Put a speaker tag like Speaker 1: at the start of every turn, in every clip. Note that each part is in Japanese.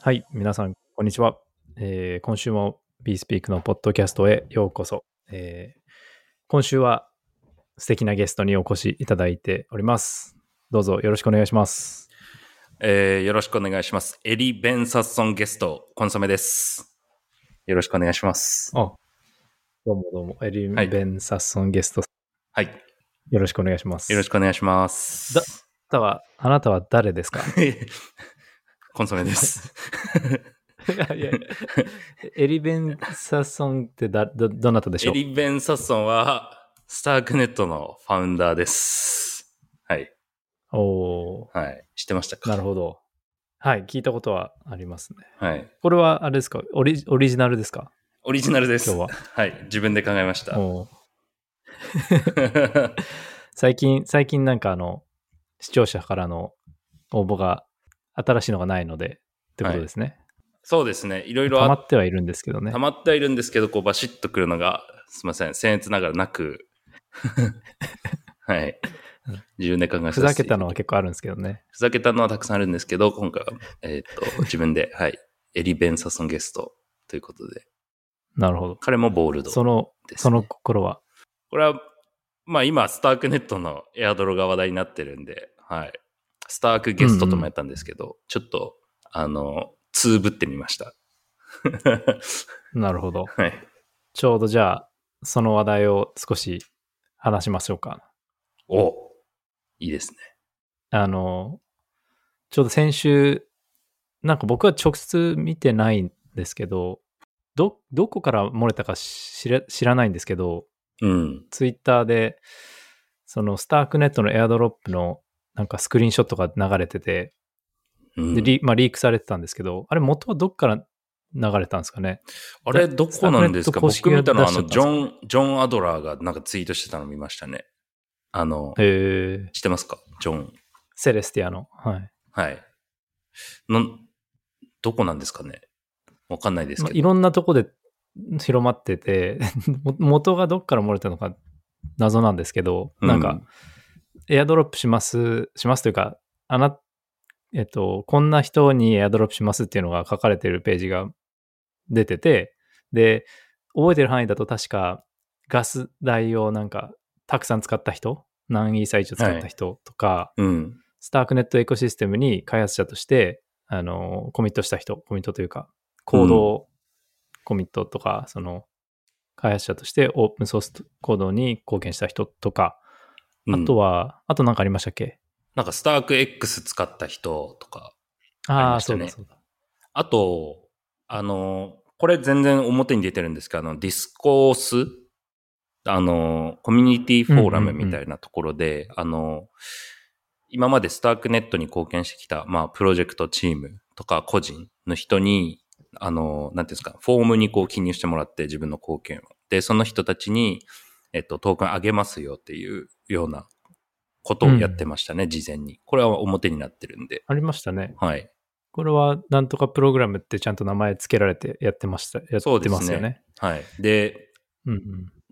Speaker 1: はい、皆さん、こんにちは。えー今週も BeSpeak のポッドキャストへようこそ。えー今週は素敵なゲストにお越しいただいております。どうぞよろしくお願いします。
Speaker 2: えーよろしくお願いします。エリ・ベンサッソンゲスト、コンソメです。よろしくお願いします。
Speaker 1: あどうもどうも、エリン・
Speaker 2: はい
Speaker 1: ベン・サッソンゲスト、
Speaker 2: はい。
Speaker 1: よろしくお願いします。
Speaker 2: よろし
Speaker 1: く。
Speaker 2: くお願いします。
Speaker 1: だ あなたは、あなたは誰ですか
Speaker 2: コンソメです。
Speaker 1: いや エリ・ベン・サッソンってだど、どなたでし
Speaker 2: エ
Speaker 1: ょう
Speaker 2: リ・ベンサッソンは、スタークネットのファウンダーです。はい。
Speaker 1: お
Speaker 2: はい。知ってました
Speaker 1: ー
Speaker 2: か
Speaker 1: なるほど。はい、聞いたことはありますね。
Speaker 2: はい。
Speaker 1: これはあれですかオリジオリジナルですか
Speaker 2: オリジナルです。
Speaker 1: 今日は
Speaker 2: はい。自分で考えました。
Speaker 1: おー最近、最近なんかあの、視聴者からの応募が新しいのがないのでってことですね。
Speaker 2: そうですね。いろいろ
Speaker 1: 溜
Speaker 2: あ
Speaker 1: ま
Speaker 2: っ
Speaker 1: ってはいるんですけどね
Speaker 2: 溜。まってはいるんですけど、こうバシッとくるのが、すみません、僭越ながらな く、はい。自分で考えさせ
Speaker 1: ふ
Speaker 2: て
Speaker 1: ざけたのは結構あるんですけどね。
Speaker 2: ふざけたのはたくさんあるんですけど、今回は、えーっと、自分で、はい。エリ・ベンサソンゲストということで、
Speaker 1: なるほど。
Speaker 2: 彼もボールドです、
Speaker 1: その、その、心は。
Speaker 2: これは、まあ今、スタークネットのエアドロが話題になってるんで、はい。スタークゲストともやったんですけど、ちょっと、あの、つぶってみました。
Speaker 1: なるほど。
Speaker 2: はい。
Speaker 1: ちょうどじゃあ、その話題を少し話しましょうか。
Speaker 2: おいいですね。
Speaker 1: あの、ちょうど先週、なんか僕は直接見てないんですけど、ど、どこから漏れたか知ら知らないんですけど、
Speaker 2: うん。
Speaker 1: ツイッターで、そのスタークネットのエアドロップのなんかスクリーンショットが流れてて、
Speaker 2: うん
Speaker 1: でリ,、まあ、リークされてたんですけど、あれ元はどっから流れたんですかね
Speaker 2: あれ、どこなんですか
Speaker 1: スタークネット公式
Speaker 2: 僕見たのは、あ
Speaker 1: が
Speaker 2: の、
Speaker 1: 出し
Speaker 2: ジ
Speaker 1: ちゃった
Speaker 2: ョン、ジョン・アドラーがなんかツイートしてたの見ましたね。あの、
Speaker 1: へー
Speaker 2: 知ってますかジョン。
Speaker 1: セレスティアの。はい。
Speaker 2: はい。の、どこなんですかねわかんないです
Speaker 1: まあ
Speaker 2: け
Speaker 1: い
Speaker 2: ど。
Speaker 1: ろんなとこで広まってて、 も元がどっから漏れたのか謎なんですけど、なんか、エアドロップします、しますというか、あな、えっと、こんな人にエアドロップしますっていうのが書かれてるページが出てて、で、覚えてる範囲だと確かガス代をなんかたくさん使った人、何イーサ以上使った人とか、
Speaker 2: うん。うん。
Speaker 1: スタークネットエコシステムに開発者として、あの、コミットした人、コミットというか、行動コミットとか、その、開発者としてオープンソースコードに貢献した人とか、
Speaker 2: うん
Speaker 1: あとは、あと何かありましたっけ
Speaker 2: なんか、スターク X 使った人とか。あり
Speaker 1: ああ、
Speaker 2: まし
Speaker 1: そ
Speaker 2: た
Speaker 1: う
Speaker 2: ね
Speaker 1: だそうだ。
Speaker 2: あと、あの、これ全然表に出てるんですけど、あの、ディスコース、あの、コミュニティフォーラムみたいなところで、あの、今までスタークネットに貢献してきた、まあ、プロジェクトチームとか個人の人に、あの、なんていうんですか、フォームにこう記入してもらって自分の貢献を。で、その人たちに、えっと、トークンあげますよっていうようなことをやってましたね、事前に。これは表になってるんで。
Speaker 1: ありましたね。
Speaker 2: はい。
Speaker 1: これは、なんとかプログラムってちゃんと名前つけられてやってました。やってますよね。
Speaker 2: はい。で、
Speaker 1: うんうん。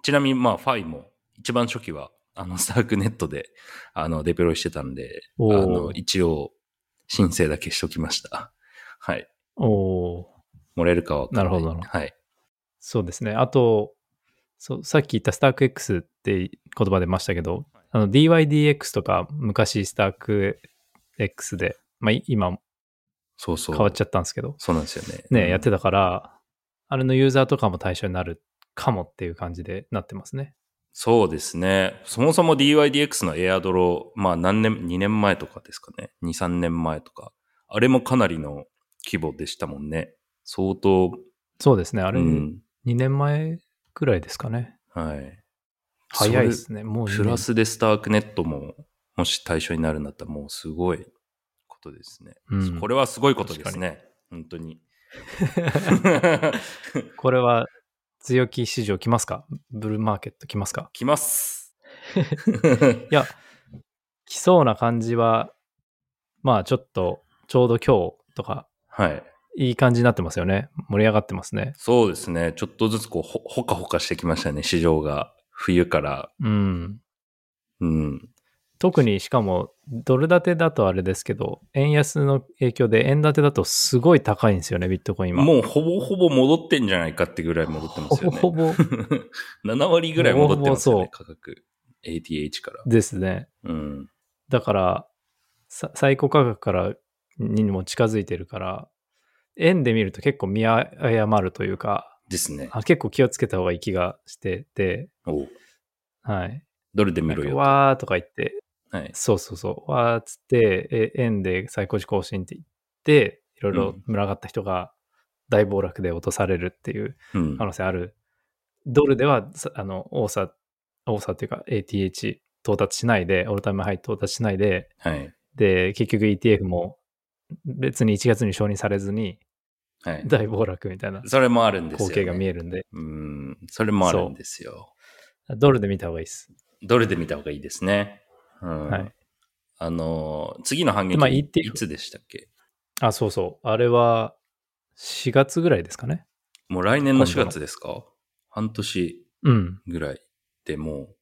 Speaker 2: ちなみに、まあ、ファイも、一番初期は、あの、ス タークネットで、あの、デプロイしてたんで、あ
Speaker 1: おー
Speaker 2: の、一応、申請だけしときました。はい。
Speaker 1: おおー
Speaker 2: 漏れるかはわかんい
Speaker 1: なるほどなるほど
Speaker 2: はい。
Speaker 1: そうですね。あと、そうさっき言ったスターク X って言葉出ましたけど、あの DYDX とか昔スターク X で、まあ、い今
Speaker 2: そうそう。
Speaker 1: 変わっちゃったんですけど、
Speaker 2: そうなんですよね。
Speaker 1: ね、やってたから、あれのユーザーとかも対象になるかもっていう感じでなってますね。
Speaker 2: そうですね。そもそも DYDX のエアドロー、まあ、何年、2年前とかですかね。2、3年前とか。あれもかなりの規模でしたもんね。相当、
Speaker 1: そうですね。あ
Speaker 2: あ
Speaker 1: れ、2。年前くらいですかね。
Speaker 2: はい。
Speaker 1: 早いですね。もう2
Speaker 2: プ
Speaker 1: 年
Speaker 2: ラスでスタークネットも、もし対象になるんだったら、もうすごいことですね。
Speaker 1: うん
Speaker 2: これはすごいことですね。本当 に。
Speaker 1: これは強気市場来ますかブルーマーケット来ますか
Speaker 2: 来ます。
Speaker 1: いや、来そうな感じは、まあちょっと、ちょうど今日とか、
Speaker 2: はい。
Speaker 1: いい感じになってますよね。盛り上がってますね。
Speaker 2: そうですね。ちょっとずつこう、ほ、ほかほかしてきましたね、市場が。冬から。
Speaker 1: うん。
Speaker 2: うん。
Speaker 1: 特にしかもドル建てだとあれですけど、円安の影響で円建てだとすごい高いんですよね、ビットコイン今。
Speaker 2: もうほぼほぼ戻ってんじゃないかってぐらい戻ってますよね。
Speaker 1: ほ ぼほぼ
Speaker 2: 7割ぐらい戻ってますよ
Speaker 1: ほ
Speaker 2: ね、
Speaker 1: ぼ
Speaker 2: 価格。ATH から。
Speaker 1: ですね。
Speaker 2: うん。
Speaker 1: だから、さ最高価格からにも近づいてるから、円で見ると結構見誤るというか、
Speaker 2: ですね。
Speaker 1: あ結構気をつけた方がいい気がしてて、
Speaker 2: おう
Speaker 1: はい。
Speaker 2: どれで
Speaker 1: な
Speaker 2: 見
Speaker 1: んか
Speaker 2: ろよ。
Speaker 1: わーとか言って、
Speaker 2: はい。
Speaker 1: そうそうそう、わーっつって、え円で最高値更新って言って、いろいろ群がった人が大暴落で落とされるっていう
Speaker 2: うん
Speaker 1: 可。能性ある。ドルでは、さあの、多さ、多さっていうか ATH 到達しないで、オールタイムハイ到達しないで、
Speaker 2: はい。
Speaker 1: で、結局 ETF も別に1月に承認されずに
Speaker 2: はい。
Speaker 1: 大暴落みたいな
Speaker 2: それもあるんですよ、ね。
Speaker 1: 光景が見えるんで、
Speaker 2: うん。それもあるんですよ。
Speaker 1: ドルで見た方がいいです。
Speaker 2: どれで見た方がいいですね。うん。
Speaker 1: はい
Speaker 2: あのー、次の反撃、
Speaker 1: まあ
Speaker 2: い
Speaker 1: ETF
Speaker 2: つでしたっけ
Speaker 1: あ、そうそう。あれは4月ぐらいですかね。
Speaker 2: もう来年の
Speaker 1: 今
Speaker 2: 4
Speaker 1: 度の
Speaker 2: 月ですか半年
Speaker 1: うん、
Speaker 2: ぐらいでもう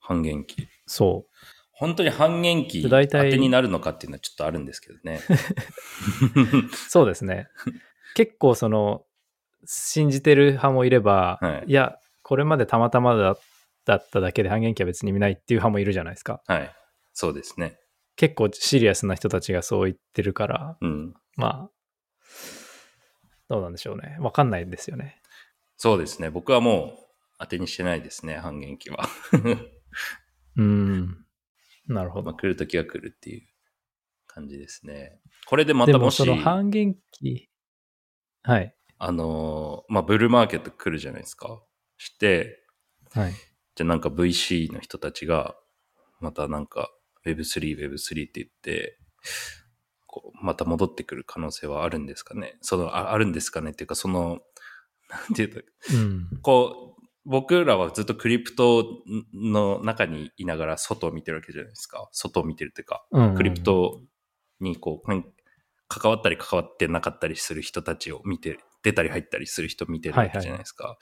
Speaker 2: 半減期。
Speaker 1: そ
Speaker 2: 本当に半減期
Speaker 1: で
Speaker 2: 当
Speaker 1: 大体
Speaker 2: てになるのかっていうのはちょっとあるんですけど ね。
Speaker 1: う。そうですね。結構その、信じてる派もいれば、
Speaker 2: はい
Speaker 1: いや、これまでたまたまだだっただけで半減期は別に見ないっていう派もいるじゃないですか。
Speaker 2: はい。そうですね。
Speaker 1: 結構シリアスな人たちがそう言ってるから、
Speaker 2: うん。
Speaker 1: まあ、どうなんでしょうね。わかんないですよね。
Speaker 2: そうですね。僕はもう当てにしてないですね、半減 期は。
Speaker 1: うん。なるほ
Speaker 2: まあ
Speaker 1: ど。
Speaker 2: 来るときは来るっていう感じですね。これでま
Speaker 1: で
Speaker 2: た
Speaker 1: も
Speaker 2: もし、
Speaker 1: その半減期、はい。
Speaker 2: あのーまあ、ブルーマーケット来るじゃないですか。して、
Speaker 1: はい。
Speaker 2: じゃあなんか VC の人たちが、またなんか Web3、Web3 って言って、こうまた戻ってくる可能性はあるんですかね。その、ああるんですかねっていうか、その、なんていうと、
Speaker 1: うん。
Speaker 2: こう、僕らはずっとクリプトの中にいながら外を見てるわけじゃないですか。外を見てるというか、
Speaker 1: うん
Speaker 2: クリプトにこう、関関わったり関わってなかったりする人たちを見て、出たり入ったりする人見てるわけじゃないですか。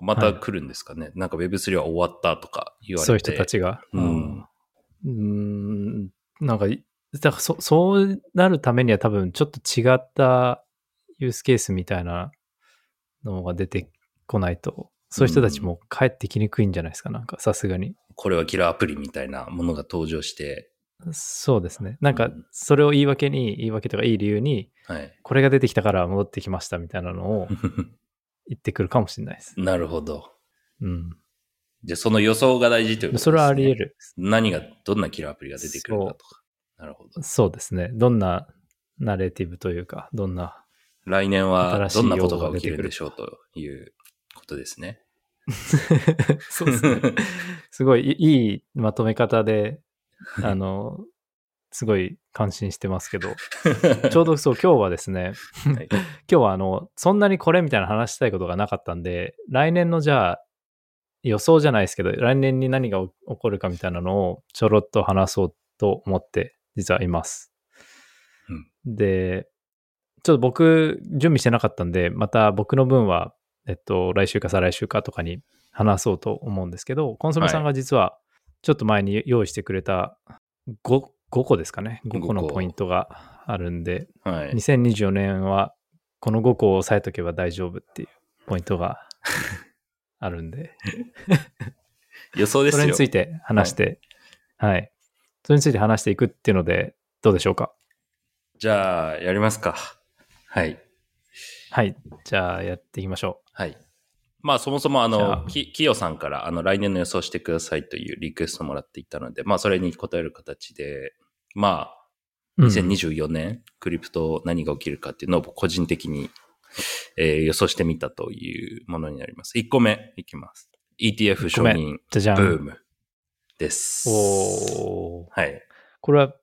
Speaker 2: また来るんですかね、なんか Web3 は終わったとか言われて。
Speaker 1: そういう人たちが。
Speaker 2: うん
Speaker 1: うん。なんか、いだからそそうなるためには多分ちょっと違ったユースケースみたいなのが出てこないと、そういう人たちも帰ってきにくいんじゃないですか、なんかさすがに。
Speaker 2: これはキラーアプリみたいなものが登場して、
Speaker 1: そうですね。なん
Speaker 2: う
Speaker 1: か
Speaker 2: ん
Speaker 1: それを言い訳に、言い訳とかいい理由に、
Speaker 2: はい。
Speaker 1: これが出てきたから戻ってきましたみたいなのを言ってくるかもしれないです。
Speaker 2: なるほど。
Speaker 1: うん。
Speaker 2: じゃあその予想が大事ということですね。
Speaker 1: それはあり得る。
Speaker 2: 何が、どんなキラーアプリが出てくるかとか。なるほど。
Speaker 1: そうですね。どんなナレーティブというか、どんな、
Speaker 2: 来年は
Speaker 1: 新しい
Speaker 2: どんなことが起きるんでしょうということですね。
Speaker 1: そうですね。すごいいいいまとめ方で、あの、すごい感心してますけど、 ちょうどそう、今日はですね、
Speaker 2: はい
Speaker 1: 今日はあの、そんなにこれみたいな話したいことがなかったんで、来年のじゃあ、予想じゃないですけど、来年に何が起起こるかみたいなのをちょろっと話そうと思って、実はいます。で、ちょっと僕、準備してなかったんで、また僕の分は、えっと、来週か再来週かとかに話そうと思うんですけど、コンソメさんが実は、ちょっと前に用意してくれた 5, 5個ですかね、5個の
Speaker 2: 5個
Speaker 1: ポイントがあるんで、
Speaker 2: はい。
Speaker 1: 2024年はこの5個を押さえとけば大丈夫っていうポイントがあるんで、
Speaker 2: 予想です
Speaker 1: そ
Speaker 2: よ。
Speaker 1: れについて話して、はい、それについて話していくっていうので、どうでしょうか。
Speaker 2: じゃあ、やりますか。はい。
Speaker 1: はい。じゃあ、やっていきましょ
Speaker 2: はい。まあ、そもそも、あ
Speaker 1: じゃ
Speaker 2: の
Speaker 1: あ、
Speaker 2: ききよさんから、あの、来年の予想してくださいというリクエストもらっていたので、まあ、それに答える形で、まあ、
Speaker 1: う。うん
Speaker 2: 2024年、クリプト何が起きるかっていうのを個人的に、えー予想してみたというものになります。1個目いきます。ETF 承
Speaker 1: 個目
Speaker 2: 認
Speaker 1: じゃじゃ
Speaker 2: ブー
Speaker 1: ん。
Speaker 2: ムです。
Speaker 1: おー
Speaker 2: はい。
Speaker 1: これは、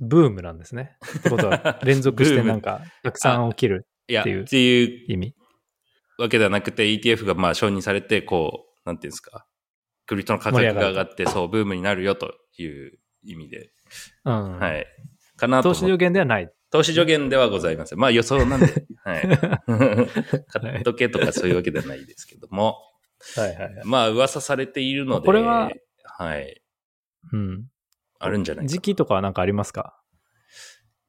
Speaker 1: ブームなんですね。ってことは、連続してなんか、たくさん起きる
Speaker 2: いや、っ
Speaker 1: っててい
Speaker 2: い
Speaker 1: うう意味。
Speaker 2: わけではなくて ETF がまあ承認されて、こう、なんていうんですか、クリプトの価格が
Speaker 1: 盛り上が
Speaker 2: 上
Speaker 1: る
Speaker 2: がって、そう、ブームになるよという意味で。
Speaker 1: うん。
Speaker 2: はい。かなと
Speaker 1: 投
Speaker 2: 思っ
Speaker 1: 資条件ではない。
Speaker 2: 投資助言ではございません。まあ予想な んで、はい。買っとけとかそういうわけではないですけども。
Speaker 1: はいはいはい。
Speaker 2: まあ噂されているので、
Speaker 1: これは
Speaker 2: はい。
Speaker 1: うん。
Speaker 2: あるんじゃないかな
Speaker 1: 時期とかはなんかありますか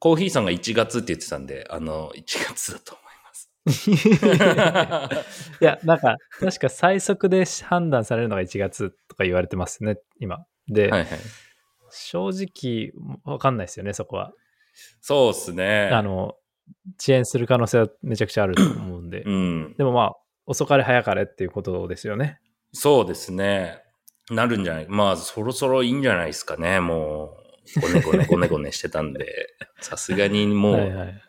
Speaker 2: コーヒーさんが1月って言ってたんで、あの、1月だ と思います。
Speaker 1: いや、なんか、確か最速で判断されるのが1月とか言われてますね、今。で、
Speaker 2: はいはい。
Speaker 1: 正直、わかんないですよね、そこは。
Speaker 2: そうですね。
Speaker 1: あの、遅延する可能性はめちゃくちゃあると思うんで。
Speaker 2: うん。
Speaker 1: でもまあ、遅かれ早かれっていうことですよね。
Speaker 2: そうですね。なるんじゃないまあ、そろそろいいんじゃないですかね。もう、ごねごねごねごねしてたん で、さすがにもう、
Speaker 1: はいはい。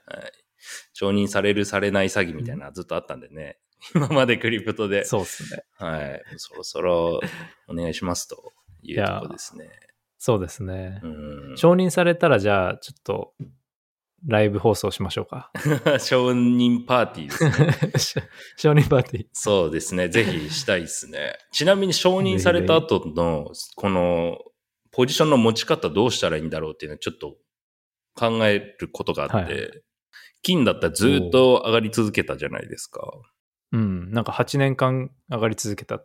Speaker 2: 承認されるされない詐欺みたいなのずっとあったんでね。今までクリプトで、
Speaker 1: そうですね。
Speaker 2: はい。そろそろお願いしますというところですね。
Speaker 1: そうですね。
Speaker 2: うん。
Speaker 1: 承認されたら、じゃあ、ちょっと、ライブ放送しましょうか。
Speaker 2: 承認パーティーですね。
Speaker 1: 承認パーティー。
Speaker 2: そうですね。ぜひしたいで すね。ちなみに承認された後の、この、ポジションの持ち方どうしたらいいんだろうっていうのはちょっと考えることがあって、
Speaker 1: は
Speaker 2: 金だったらずっと上がり続けたじゃないですか。
Speaker 1: うん、なんか8年間上がり続けた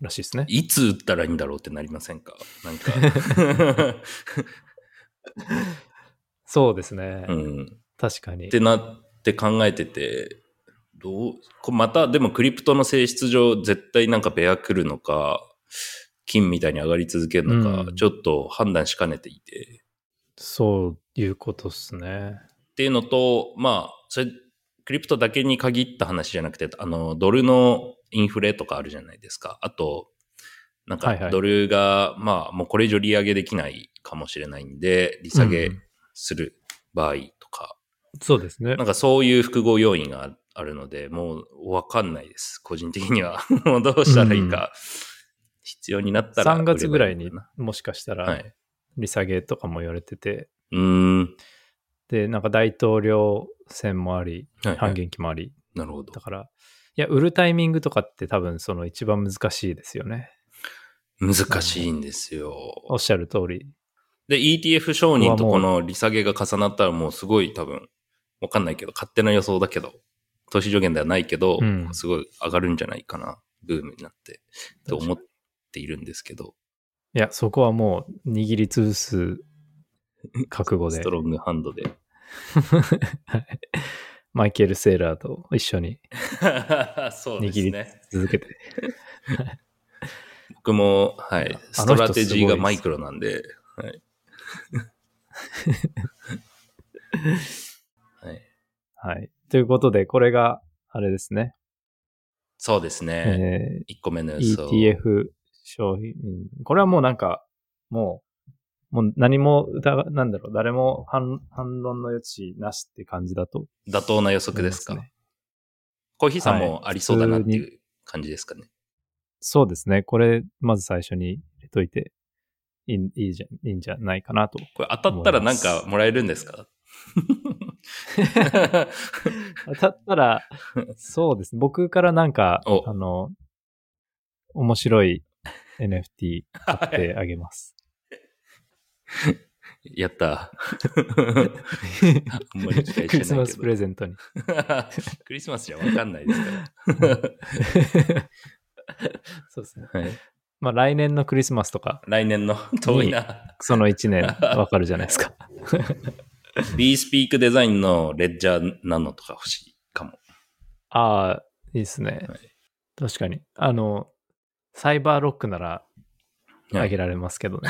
Speaker 1: らしいですね。
Speaker 2: いつ打ったらいいんだろうってなりませんかな んか。
Speaker 1: そうですね。
Speaker 2: うん。
Speaker 1: 確かに
Speaker 2: って。なって考えてて、どう、こまたでもクリプトの性質上絶対なんかベア来るのか、金みたいに上がり続けるのか、
Speaker 1: うん
Speaker 2: ちょっと判断しかねていて。
Speaker 1: そういうことですね。
Speaker 2: っていうのと、まあ、それ、クリプトだけに限った話じゃなくて、あの、ドルのインフレとかあるじゃないですか。あと、なん
Speaker 1: はいは
Speaker 2: か、
Speaker 1: い
Speaker 2: ドルが、まあ、もうこれ以上利上げできないかもしれないんで、利下げ
Speaker 1: うん
Speaker 2: する場合とか、
Speaker 1: そうですね
Speaker 2: なん。かそういう複合要因がああるので、もうわかんないです。個人的には。 もうどうしたらいいか。必要になったら。
Speaker 1: 3月ぐらいに
Speaker 2: 売ればのか
Speaker 1: もしかした
Speaker 2: なは
Speaker 1: ら
Speaker 2: い。
Speaker 1: 利下げとかも言われてて、
Speaker 2: うーん。
Speaker 1: で、なんか大統領選もあり、
Speaker 2: はい、は
Speaker 1: 半
Speaker 2: い。
Speaker 1: 減期もあり、
Speaker 2: なるほど
Speaker 1: だ。から、いや、売るタイミングとかって多分その一番難しいですよね。
Speaker 2: 難しいんですよ。
Speaker 1: おっしゃる通り。
Speaker 2: で、ETF 承認と
Speaker 1: ここ
Speaker 2: こ
Speaker 1: は
Speaker 2: の利下げが重なったらもうすごい多分、わかんないけど、勝手な予想だけど、投資上限ではないけど、
Speaker 1: うん
Speaker 2: すごい上がるんじゃないかな、ブームになって、と思
Speaker 1: い
Speaker 2: っているんですけど、
Speaker 1: や、そこはもう握り潰す覚悟
Speaker 2: ス
Speaker 1: で
Speaker 2: ト。ロングハンド で。
Speaker 1: はいマイケル・セーラーと一緒に
Speaker 2: そうです
Speaker 1: 握
Speaker 2: ね。
Speaker 1: 続 けて。
Speaker 2: 僕も、はい、
Speaker 1: あ
Speaker 2: ス
Speaker 1: の人
Speaker 2: トラテジー
Speaker 1: すごいで
Speaker 2: が
Speaker 1: す
Speaker 2: マイクロなんで、はい。はい、
Speaker 1: はい。ということで、これが、あれですね。
Speaker 2: そうですね。
Speaker 1: え
Speaker 2: 一1個目の
Speaker 1: ー
Speaker 2: 予想。
Speaker 1: ETF 商品。うんこれはもうなんか、もう、もう何も疑わ、なんだろう、誰も反反論の余地なしって感じだと
Speaker 2: 妥当な予測
Speaker 1: 思い
Speaker 2: で
Speaker 1: ますす
Speaker 2: か
Speaker 1: ね、
Speaker 2: コーヒーさんも
Speaker 1: はい
Speaker 2: ありそうだなっていう感じですかね。
Speaker 1: そうですね。これ、まず最初に入れといていいいいじゃいいんじゃないかな と。
Speaker 2: これ当たったらなんかもらえるんですか
Speaker 1: 当たったら、そうですね。僕からなんか、
Speaker 2: お
Speaker 1: あの、面白い NFT 買ってあげます。
Speaker 2: やった。あんまり期待してないけど
Speaker 1: クリスマスプレゼント に。
Speaker 2: クリスマスじゃわかんないですか
Speaker 1: そうですね。
Speaker 2: ら。はい、
Speaker 1: まあ来年のクリスマスとか、
Speaker 2: 来年の遠いな。
Speaker 1: その1年 わかるじゃないですか。
Speaker 2: B スピークデザインのレッジャーナノとか欲しいかも。
Speaker 1: ああ、いいですね、
Speaker 2: はい
Speaker 1: 確かに。あの、サイバーロックならあげられますけ どね。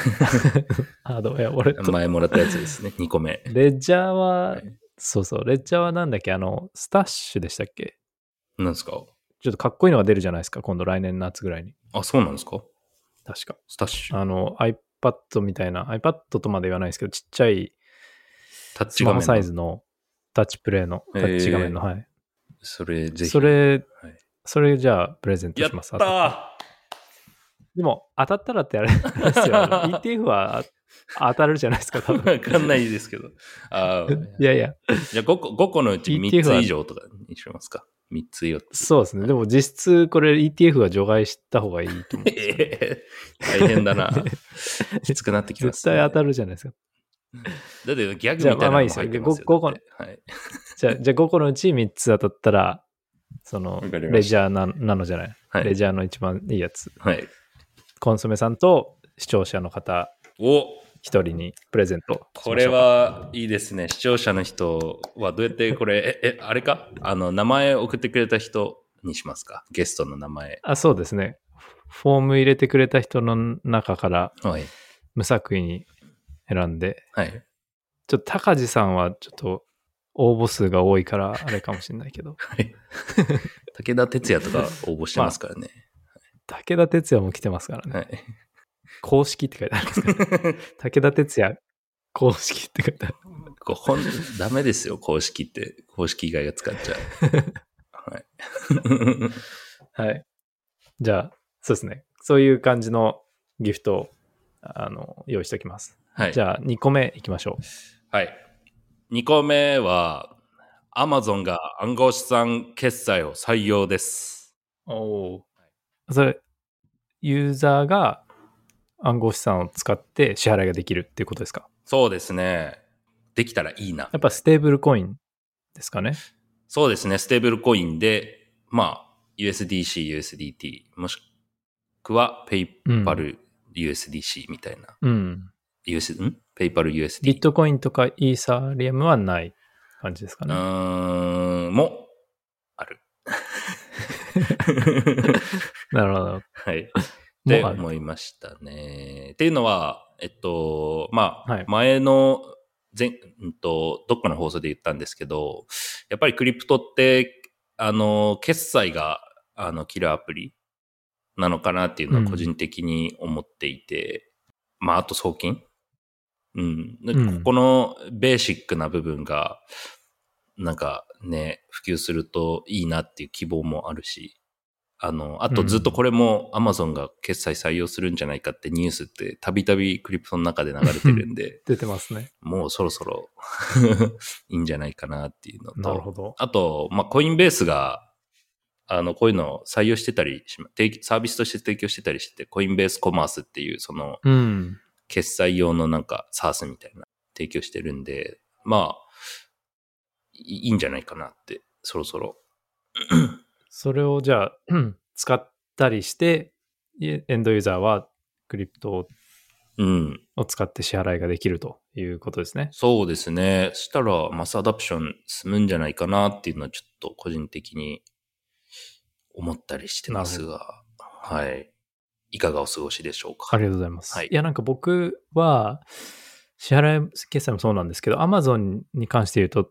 Speaker 1: ハードウェア、俺と。
Speaker 2: 前もらったやつですね、2個目。
Speaker 1: レッジャーは、
Speaker 2: はい
Speaker 1: そうそう、レッジャーはなんだっけ、あの、スタッシュでしたっけ
Speaker 2: なんですか
Speaker 1: ちょっとかっこいいのが出るじゃないですか、今度来年の夏ぐらいに。
Speaker 2: あ、そうなんですか
Speaker 1: 確か。
Speaker 2: スタッシュ。
Speaker 1: あの、iPad みたいな、iPad とまで言わないですけど、ちっちゃい
Speaker 2: タッ
Speaker 1: ス
Speaker 2: チ
Speaker 1: マ
Speaker 2: 画面
Speaker 1: ホ
Speaker 2: の。
Speaker 1: サイズのタッチプレイの、
Speaker 2: へ
Speaker 1: タ
Speaker 2: ー
Speaker 1: ッチ画面の、はい。
Speaker 2: それ、ぜひ。
Speaker 1: そ、れ、
Speaker 2: はい
Speaker 1: それじゃあプレゼント
Speaker 2: や
Speaker 1: し
Speaker 2: っ
Speaker 1: たます。当たっでも、当たったらってあれですよ。ETF はあ当たるじゃないですか、多分。
Speaker 2: わかんないですけど。あー
Speaker 1: いやいや、
Speaker 2: じゃあ5個、5個のうち
Speaker 1: ETF
Speaker 2: 3
Speaker 1: は
Speaker 2: つ以上とかにしますか ?3 つ以上。
Speaker 1: そうですね。でも実質、これ ETF は除外した方がいいと思うんですよね
Speaker 2: えー 大変だな。きつくなってきます、
Speaker 1: 絶対当たるじゃないですか。
Speaker 2: だってギャグみたいなのも入ってますよ。
Speaker 1: じゃあまあまあいい
Speaker 2: はい。
Speaker 1: じゃあ、じゃあ5個のうち3つ当たったら、その、
Speaker 2: わかりました
Speaker 1: レジャーななのじゃない、
Speaker 2: はい
Speaker 1: レジャーの一番いいやつ。
Speaker 2: はい。
Speaker 1: コンソメさんと視聴者の方
Speaker 2: お
Speaker 1: 一人にプレゼント。
Speaker 2: これ。はいいですね。視聴者の人はどうやってこれ、え、え、あれかあの、名前送ってくれた人にしますかゲストの名前。
Speaker 1: あ、そうですね。フォーム入れてくれた人の中から
Speaker 2: はい。
Speaker 1: 無作為に選んで、
Speaker 2: はい。
Speaker 1: ちょっと高地さんはちょっと応募数が多い からあれかもしれないけど、
Speaker 2: 武田鉄矢とか応募してますからね。
Speaker 1: 武田鉄矢も来てますからね。
Speaker 2: はい。
Speaker 1: 公式って書いてあるんですけど、 武田鉄矢公式って書いてある。
Speaker 2: こうほんダメですよ、公式って。公式以外が使っちゃ う。はい。
Speaker 1: はい。じゃあ、そうですね。そういう感じのギフトをあの用意しておきます。
Speaker 2: はい。
Speaker 1: じゃあ、2個目いきましょ
Speaker 2: はい。2個目は、アマゾンが暗号資産決済を採用です。
Speaker 1: う。おお。それ、ユーザーが暗号資産を使って支払いができるっていうことですか
Speaker 2: そうですね。できたらいいな
Speaker 1: や。っぱステーブルコインですかね。
Speaker 2: そうですね。ステーブルコインで、まあ、USDC、USDT、もしくは PayPal、USDC みたいな。
Speaker 1: うん。
Speaker 2: US、ん ?PayPal、USD。
Speaker 1: ビットコインとかイーサリアムはない感じですか
Speaker 2: う
Speaker 1: ね。
Speaker 2: ーん、も、ある。
Speaker 1: なるほど。
Speaker 2: はい。って
Speaker 1: もうある
Speaker 2: 思いましたね。っていうのは、えっと、まあ、
Speaker 1: はい
Speaker 2: 前の、前、うんと、どっかの放送で言ったんですけど、やっぱりクリプトって、あの、決済が、あの、キルアプリなのかなっていうのは個人的に思っていて、まあ、あと送金うん。で
Speaker 1: うん
Speaker 2: ここのベーシックな部分が、なんかね、普及するといいなっていう希望もあるし、あの、あとずっとこれも Amazon が決済採用するんじゃないかってニュースってたびたびクリプトの中で流れてる んで、
Speaker 1: 出てますね。
Speaker 2: もうそろそろ いいんじゃないかなっていうの
Speaker 1: なるほ
Speaker 2: と、
Speaker 1: ど。
Speaker 2: あと、まあ、コインベースが、あの、こういうのを採用してたりしま、提供サービスとして提供してたりして、コインベースコマースっていう、その、
Speaker 1: うん。
Speaker 2: 決済用のなんか SARS みたいな提供してるんで、まあ、いいいんじゃないかなって、そろそろ。
Speaker 1: それをじゃあ、うん使ったりして、いエンドユーザーはクリプト
Speaker 2: うん。
Speaker 1: を使って支払いができるということですね。
Speaker 2: そうですね。したら、マスアダプション進むんじゃないかなっていうのは、ちょっと個人的に思ったりしてますが、はい。いかがお過ごしでしょうか。
Speaker 1: ありがとうございます。
Speaker 2: はい
Speaker 1: や、なんか僕は、支払い決済もそうなんですけど、Amazon に関して言うと、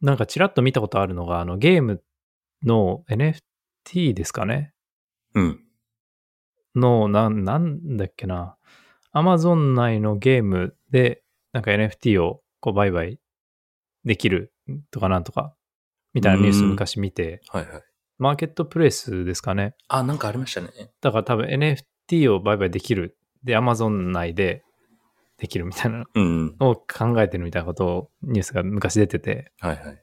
Speaker 1: なんかちらっと見たことあるのが、あのゲームの NFT ですかね
Speaker 2: うん。
Speaker 1: の、なん、なんだっけな。Amazon 内のゲームで、なんか NFT をこう売買できるとかなんとか、みたいなニュース
Speaker 2: うん
Speaker 1: 昔見て、
Speaker 2: はいはい。
Speaker 1: マーケットプレイスですかね。
Speaker 2: あ、なんかありましたね。
Speaker 1: だから多分 NFT を売買できる。で、Amazon 内でできるみたいな
Speaker 2: うん。
Speaker 1: のを考えてるみたいなことをニュースが昔出てて、
Speaker 2: はいはい。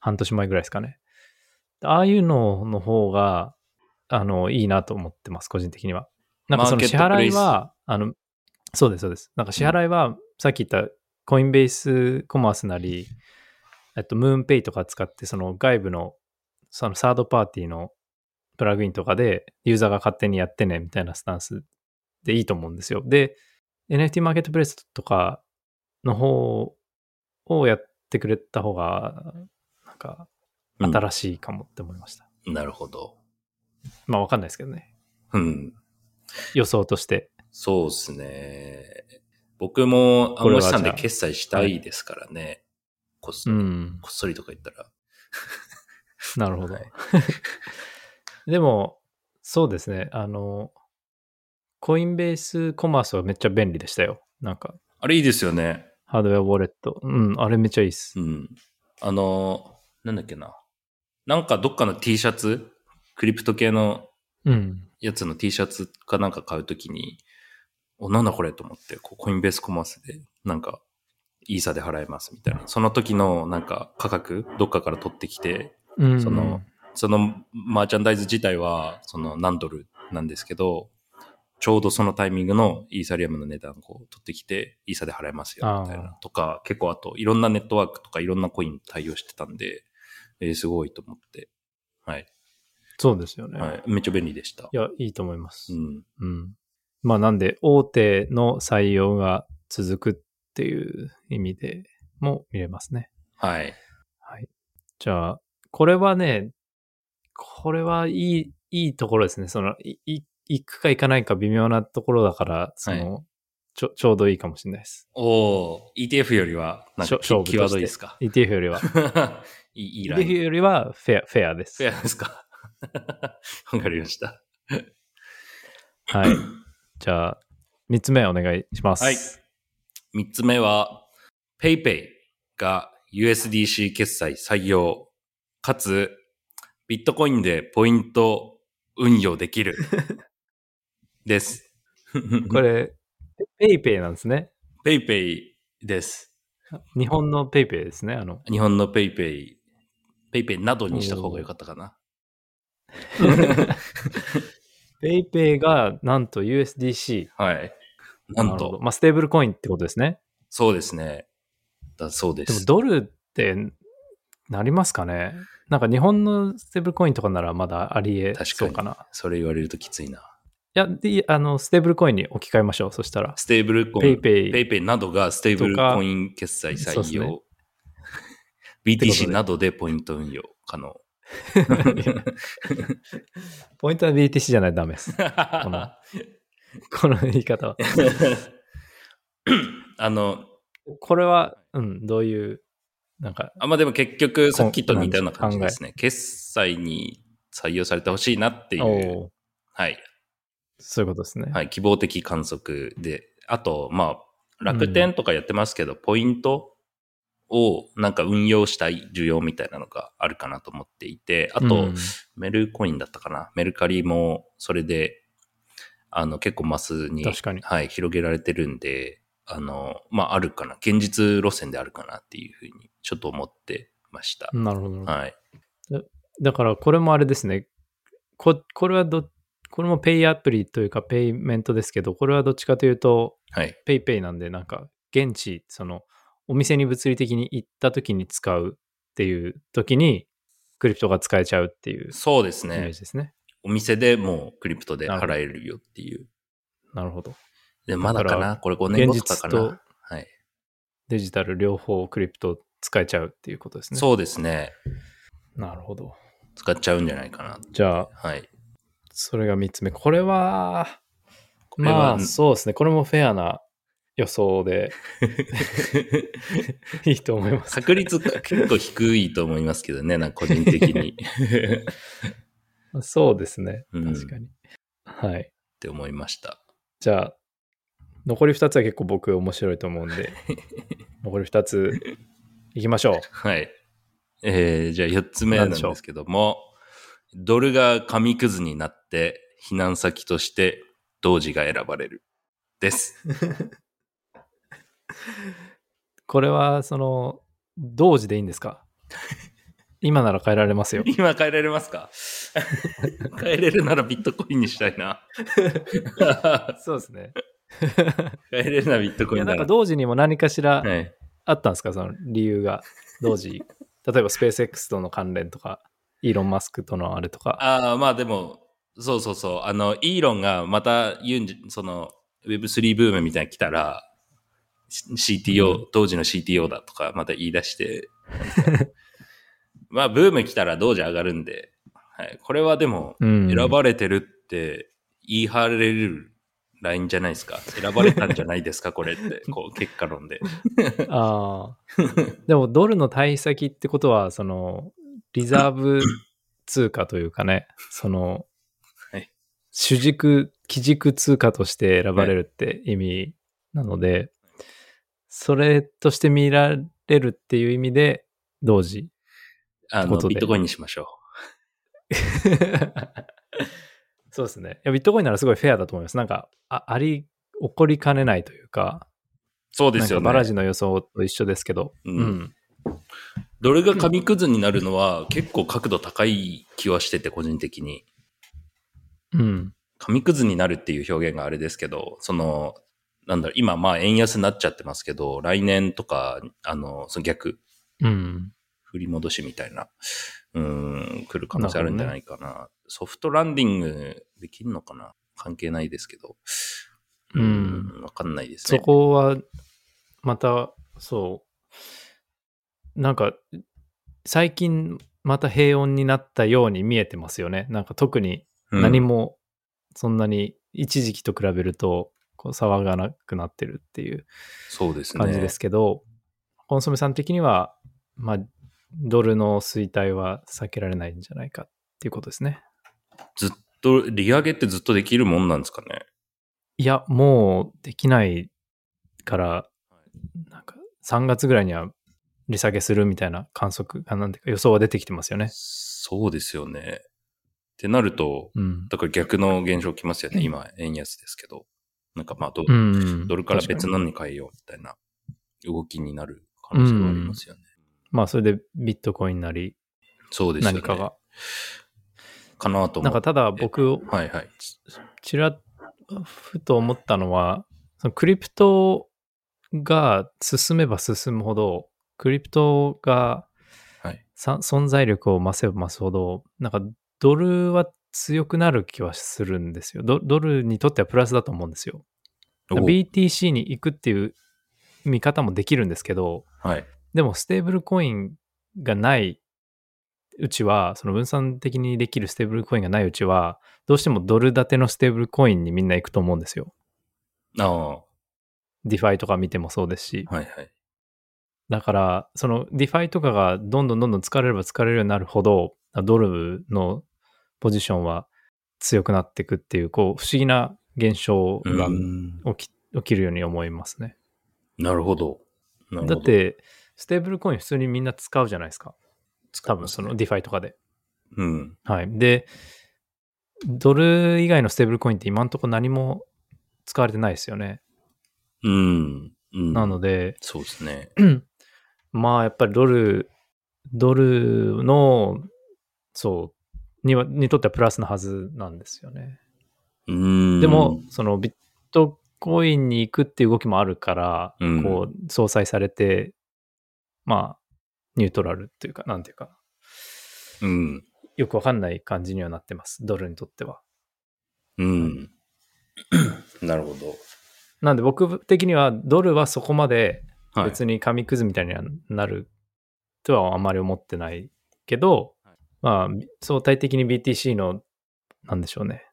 Speaker 1: 半年前ぐらいですかね。ああいうのの方が、あの、いいなと思ってます、個人的には。なんかその支
Speaker 2: マーケットプレ
Speaker 1: 払
Speaker 2: イ
Speaker 1: い
Speaker 2: ス
Speaker 1: は、あの、そうです、そうです。なんか支払いは、さっき言ったコインベースコマースなり、えっと、ムーンペイとか使って、その外部の、そのサードパーティーのプラグインとかで、ユーザーが勝手にやってね、みたいなスタンスでいいと思うんですよ。で、NFT マーケットプレイスとかの方をやってくれた方が、なんか、
Speaker 2: うん
Speaker 1: 新しいかもって思いました。
Speaker 2: なるほど。
Speaker 1: まあわかんないですけどね。
Speaker 2: うん。
Speaker 1: 予想として。
Speaker 2: そうですね。僕も
Speaker 1: これ
Speaker 2: 暗
Speaker 1: は
Speaker 2: 号資産
Speaker 1: じゃ
Speaker 2: で
Speaker 1: あ
Speaker 2: 決済したいですからね。こっそり、
Speaker 1: ん。
Speaker 2: こっそりとか言ったら。
Speaker 1: なるほど。
Speaker 2: はい
Speaker 1: でも、そうですね。あの、コインベースコマースはめっちゃ便利でしたよ。なんか、
Speaker 2: あれいいですよね。
Speaker 1: ハードウェアウォレット。うん、あれめっちゃいいっす
Speaker 2: う。ん。あの、なんだっけな。なんかどっかの T シャツ、クリプト系の
Speaker 1: うん。
Speaker 2: やつの T シャツかなんか買うときに、お、なんだこれと思って、こうコインベースコマースで、なんか、イーサで払えますみたいな。その時のなんか価格、どっかから取ってきて、
Speaker 1: うん、
Speaker 2: その、そのマーチャンダイズ自体は、その何ドルなんですけど、ちょうどそのタイミングのイーサリアムの値段をこう取ってきて、イーサで払えますよ、みたい
Speaker 1: あ
Speaker 2: な。とか、結構あと、いろんなネットワークとかいろんなコイン対応してたんで、えーすごいと思って。はい。
Speaker 1: そうですよね。、
Speaker 2: はいい。めっちゃ便利でした。
Speaker 1: や、いいと思います。
Speaker 2: うん。
Speaker 1: うん。まあなんで、大手の採用が続くっていう意味でも見れますね。
Speaker 2: はい。
Speaker 1: はい。じゃあ、これはね、これはいい、いいところですね。その、いい行くか行かないか微妙なところだから、その、ちょ、ちょうどいいかもしれないです。
Speaker 2: おお ETF よりは、なん
Speaker 1: しょ
Speaker 2: か、
Speaker 1: 勝負として
Speaker 2: 際どいですか
Speaker 1: ETF よりは。
Speaker 2: いい、いいライン。
Speaker 1: ETF よりはフェア、フェアです。
Speaker 2: フェアですか わかりました。
Speaker 1: はい。じゃあ、三つ目お願いします。
Speaker 2: はい三つ目は、PayPay が USDC 決済採用、かつ、ビットコインでポイント運用でき る。です。
Speaker 1: これ、ペイペイなんですね。
Speaker 2: PayPay です。
Speaker 1: 日本のペイペイですね。あの、
Speaker 2: 日本の PayPay、PayPay などにした方が良かったかな。
Speaker 1: ペイペイがなんと USDC。
Speaker 2: はい。なん
Speaker 1: るほど
Speaker 2: と、
Speaker 1: まあ、ステーブルコインってことですね。
Speaker 2: そうですね。だそうで
Speaker 1: でも
Speaker 2: す。
Speaker 1: ドルってなりますかねなんか日本のステーブルコインとかならまだありえそうかな。
Speaker 2: それ言われるときついな。
Speaker 1: いや、で、あの、ステーブルコインに置き換えましょう。そしたら。
Speaker 2: ステーブルコ
Speaker 1: ペ
Speaker 2: イ
Speaker 1: イ
Speaker 2: ン、
Speaker 1: ペイ
Speaker 2: ペイペイなどがステーブルコイン決済
Speaker 1: そうで
Speaker 2: 採
Speaker 1: すね
Speaker 2: 用。
Speaker 1: ということ
Speaker 2: BTC
Speaker 1: で
Speaker 2: などでポイント運用可能。
Speaker 1: ポイントは BTC じゃないとダメ です。のこの言い方は。
Speaker 2: あの、
Speaker 1: これは、うん、どういう、なんか、
Speaker 2: あまあでも結局さっきと似たような感じですね。決済に採用されてほしいなってい
Speaker 1: お
Speaker 2: う、
Speaker 1: ー
Speaker 2: はい、
Speaker 1: そういうことですね。
Speaker 2: はい、希望的観測で、あと、まあ、楽天とかやってますけど、ポイントをなんか運用したい需要みたいなのがあるかなと思っていて、あと、
Speaker 1: うん
Speaker 2: メルコインだったかな。メルカリも、それで、あの、結構マスに、
Speaker 1: 確かに
Speaker 2: はい、広げられてるんで、あの、まあ、あるかな。現実路線であるかなっていうふうに、ちょっと思ってました。
Speaker 1: なるほど。
Speaker 2: はい。
Speaker 1: だからこれもあれですね。ここれはど、これもペイアプリというかペイメントですけど、これはどっちかというと、
Speaker 2: はい。
Speaker 1: ペイペイなんで、なんか、現地、その、お店に物理的に行った時に使うっていう時に、クリプトが使えちゃうっていう
Speaker 2: そうです
Speaker 1: イメー
Speaker 2: ね。
Speaker 1: ジですね。
Speaker 2: お店でもうクリプトで払えるよっていう。
Speaker 1: なるほど。
Speaker 2: で、まだか
Speaker 1: だか
Speaker 2: なこれ5年
Speaker 1: 現
Speaker 2: 後とかか
Speaker 1: 実と
Speaker 2: な。はい。
Speaker 1: デジタル両方クリプト使えちゃうっていうことですね。
Speaker 2: そうですね。
Speaker 1: なるほど。
Speaker 2: 使っちゃうんじゃないかな。
Speaker 1: じゃあ、
Speaker 2: はい。
Speaker 1: それが3つ目。これは、
Speaker 2: これは
Speaker 1: まあ、そうですね。これもフェアな予想で いいと思います。
Speaker 2: 確率結構低いと思いますけどね、なんか個人的に。っ
Speaker 1: そうですね。
Speaker 2: うん
Speaker 1: 確かに。はい。
Speaker 2: て思いました。
Speaker 1: じゃあ、残り2つは結構僕面白いと思うん で、残り2ついきましょう。
Speaker 2: はい。えー、じゃあ4つ目なんですけども、ドルが紙くずになって、避難先として、同時が選ばれる。です。
Speaker 1: これは、その、同時でいいんですか今なら変えられますよ。
Speaker 2: 今変えられますか 変えれるならビットコインにしたいな。
Speaker 1: そうですね。
Speaker 2: 変えれるならビット
Speaker 1: い
Speaker 2: コイ
Speaker 1: や、
Speaker 2: ン
Speaker 1: な
Speaker 2: だ
Speaker 1: んか
Speaker 2: な。
Speaker 1: 同時にも何かしら
Speaker 2: はい、
Speaker 1: あったんですか、その理由が。同時、例えばスペース X との関連とか、イーロン・マスクとのあれとか。
Speaker 2: ああ、まあでも、そうそうそう。あの、イーロンがまた言うんじ、その、Web3 ブームみたいに来たら、C- CTO、
Speaker 1: う
Speaker 2: 当時の CTO だとか、また言い出して、まあ、ブーム来たら同時上がるんで、はい。これはでも、
Speaker 1: うん
Speaker 2: 選ばれてるって言い張れるラインじゃないですか。選ばれたんじゃないですか、これって。こう、結果論 で。
Speaker 1: ああ。でも、ドルの対先ってことは、その、リザーブ通貨というかね、その、
Speaker 2: はい
Speaker 1: 主軸、基軸通貨として選ばれるって意味なので、それとして見られるっていう意味で、同 時。
Speaker 2: あ
Speaker 1: こ
Speaker 2: の、
Speaker 1: とで
Speaker 2: ビットコインにしましょう。
Speaker 1: そうですね。いや、ビットコインならすごいフェアだと思います。なんか、ああり、起こりかねないというか、
Speaker 2: そうです
Speaker 1: な
Speaker 2: よ
Speaker 1: んかバラ
Speaker 2: ね。
Speaker 1: ジの予想と一緒ですけど、
Speaker 2: うんどれが紙くずになるのは結構角度高い気はしてて、個人的に。
Speaker 1: うん。うん。
Speaker 2: 紙くずになるっていう表現があれですけど、その、なんだろう、今まあ円安になっちゃってますけど、来年とか、あの、その逆、
Speaker 1: うん。
Speaker 2: 振り戻しみたいな、うーん、来る可能性あるんじゃないかな。ソフトランディングできるのかな関係ないですけど。
Speaker 1: うん
Speaker 2: うんわかんないです
Speaker 1: そ
Speaker 2: ね。
Speaker 1: こは、また、そう、なんか、最近、また平穏になったように見えてますよね。なんか特に
Speaker 2: うん
Speaker 1: 何も、そんなに一時期と比べると、こう騒がなくなってるっていう
Speaker 2: そうですね。
Speaker 1: 感じですけど、コンソメさん的には、まあ、ドルの衰退は避けられないんじゃないかっていうことですね。
Speaker 2: ずっと、利上げってずっとできるもんなんですかね。
Speaker 1: いや、もうできないから、なんか3月ぐらいには利下げするみたいな観測、あなんていうか予想は出てきてますよね。
Speaker 2: そうですよね。ってなると、
Speaker 1: うん。
Speaker 2: だから逆の現象来ますよね。今、円安ですけど。なんかまあド、
Speaker 1: うん、
Speaker 2: ドルから
Speaker 1: 確
Speaker 2: 別
Speaker 1: に
Speaker 2: のに変えようみたいな動きになる可能性はありますよね。
Speaker 1: まあ、それでビットコインなり
Speaker 2: そうですよね。
Speaker 1: 何かが。
Speaker 2: かなと思
Speaker 1: な
Speaker 2: っ
Speaker 1: んかただ僕、
Speaker 2: はいはい。
Speaker 1: ちらっふと思ったのは、そのクリプトが進めば進むほど、クリプトが
Speaker 2: はい。
Speaker 1: さ存在力を増せば増すほど、なんかドルは強くなる気はするんですよ。ドドルにとってはプラスだと思うんですよ。
Speaker 2: お
Speaker 1: BTC に行くっていう見方もできるんですけど、
Speaker 2: はい。
Speaker 1: でもステーブルコインがないうちは、その分散的にできるステーブルコインがないうちは、どうしてもドル建てのステーブルコインにみんな行くと思うんですよ。
Speaker 2: ああ、は
Speaker 1: DeFi とか見てもそうですし
Speaker 2: い。はい。
Speaker 1: だから、その DeFi とかがどんどんどんどん疲れれば疲れるようになるほど、ドルのポジションは強くなっていくっていう、こう、不思議な現象が
Speaker 2: うん
Speaker 1: 起き,、起きるように思いますね。
Speaker 2: なるほど。なるほど
Speaker 1: だっ、て、ステーブルコイン普通にみんな使うじゃないですか。
Speaker 2: 使
Speaker 1: 多
Speaker 2: いま
Speaker 1: 分
Speaker 2: す
Speaker 1: そ
Speaker 2: ね
Speaker 1: の DeFi とかで。
Speaker 2: うん。
Speaker 1: はい。で、ドル以外のステーブルコインって今のところ何も使われてないですよね。
Speaker 2: うん。うん。
Speaker 1: なので、
Speaker 2: そうで すね。
Speaker 1: まあやっぱりドル、ドルの、そう、には、にとってはプラスなはずなんですよね。
Speaker 2: うん。
Speaker 1: でも、、そのビットコインに行くっていう動きもあるから、
Speaker 2: うん
Speaker 1: こう、相殺されて、まあ、ニュートラルっていうか、なんていうか、
Speaker 2: うん。
Speaker 1: よくわかんない感じにはなってます。ドルにとっては。
Speaker 2: うん。なるほど。
Speaker 1: なんで僕的にはドルはそこまで
Speaker 2: はい。
Speaker 1: 別に紙くずみたいにはなるとはあまり思ってないけど、まあ相対的に BTC のなんでしょうね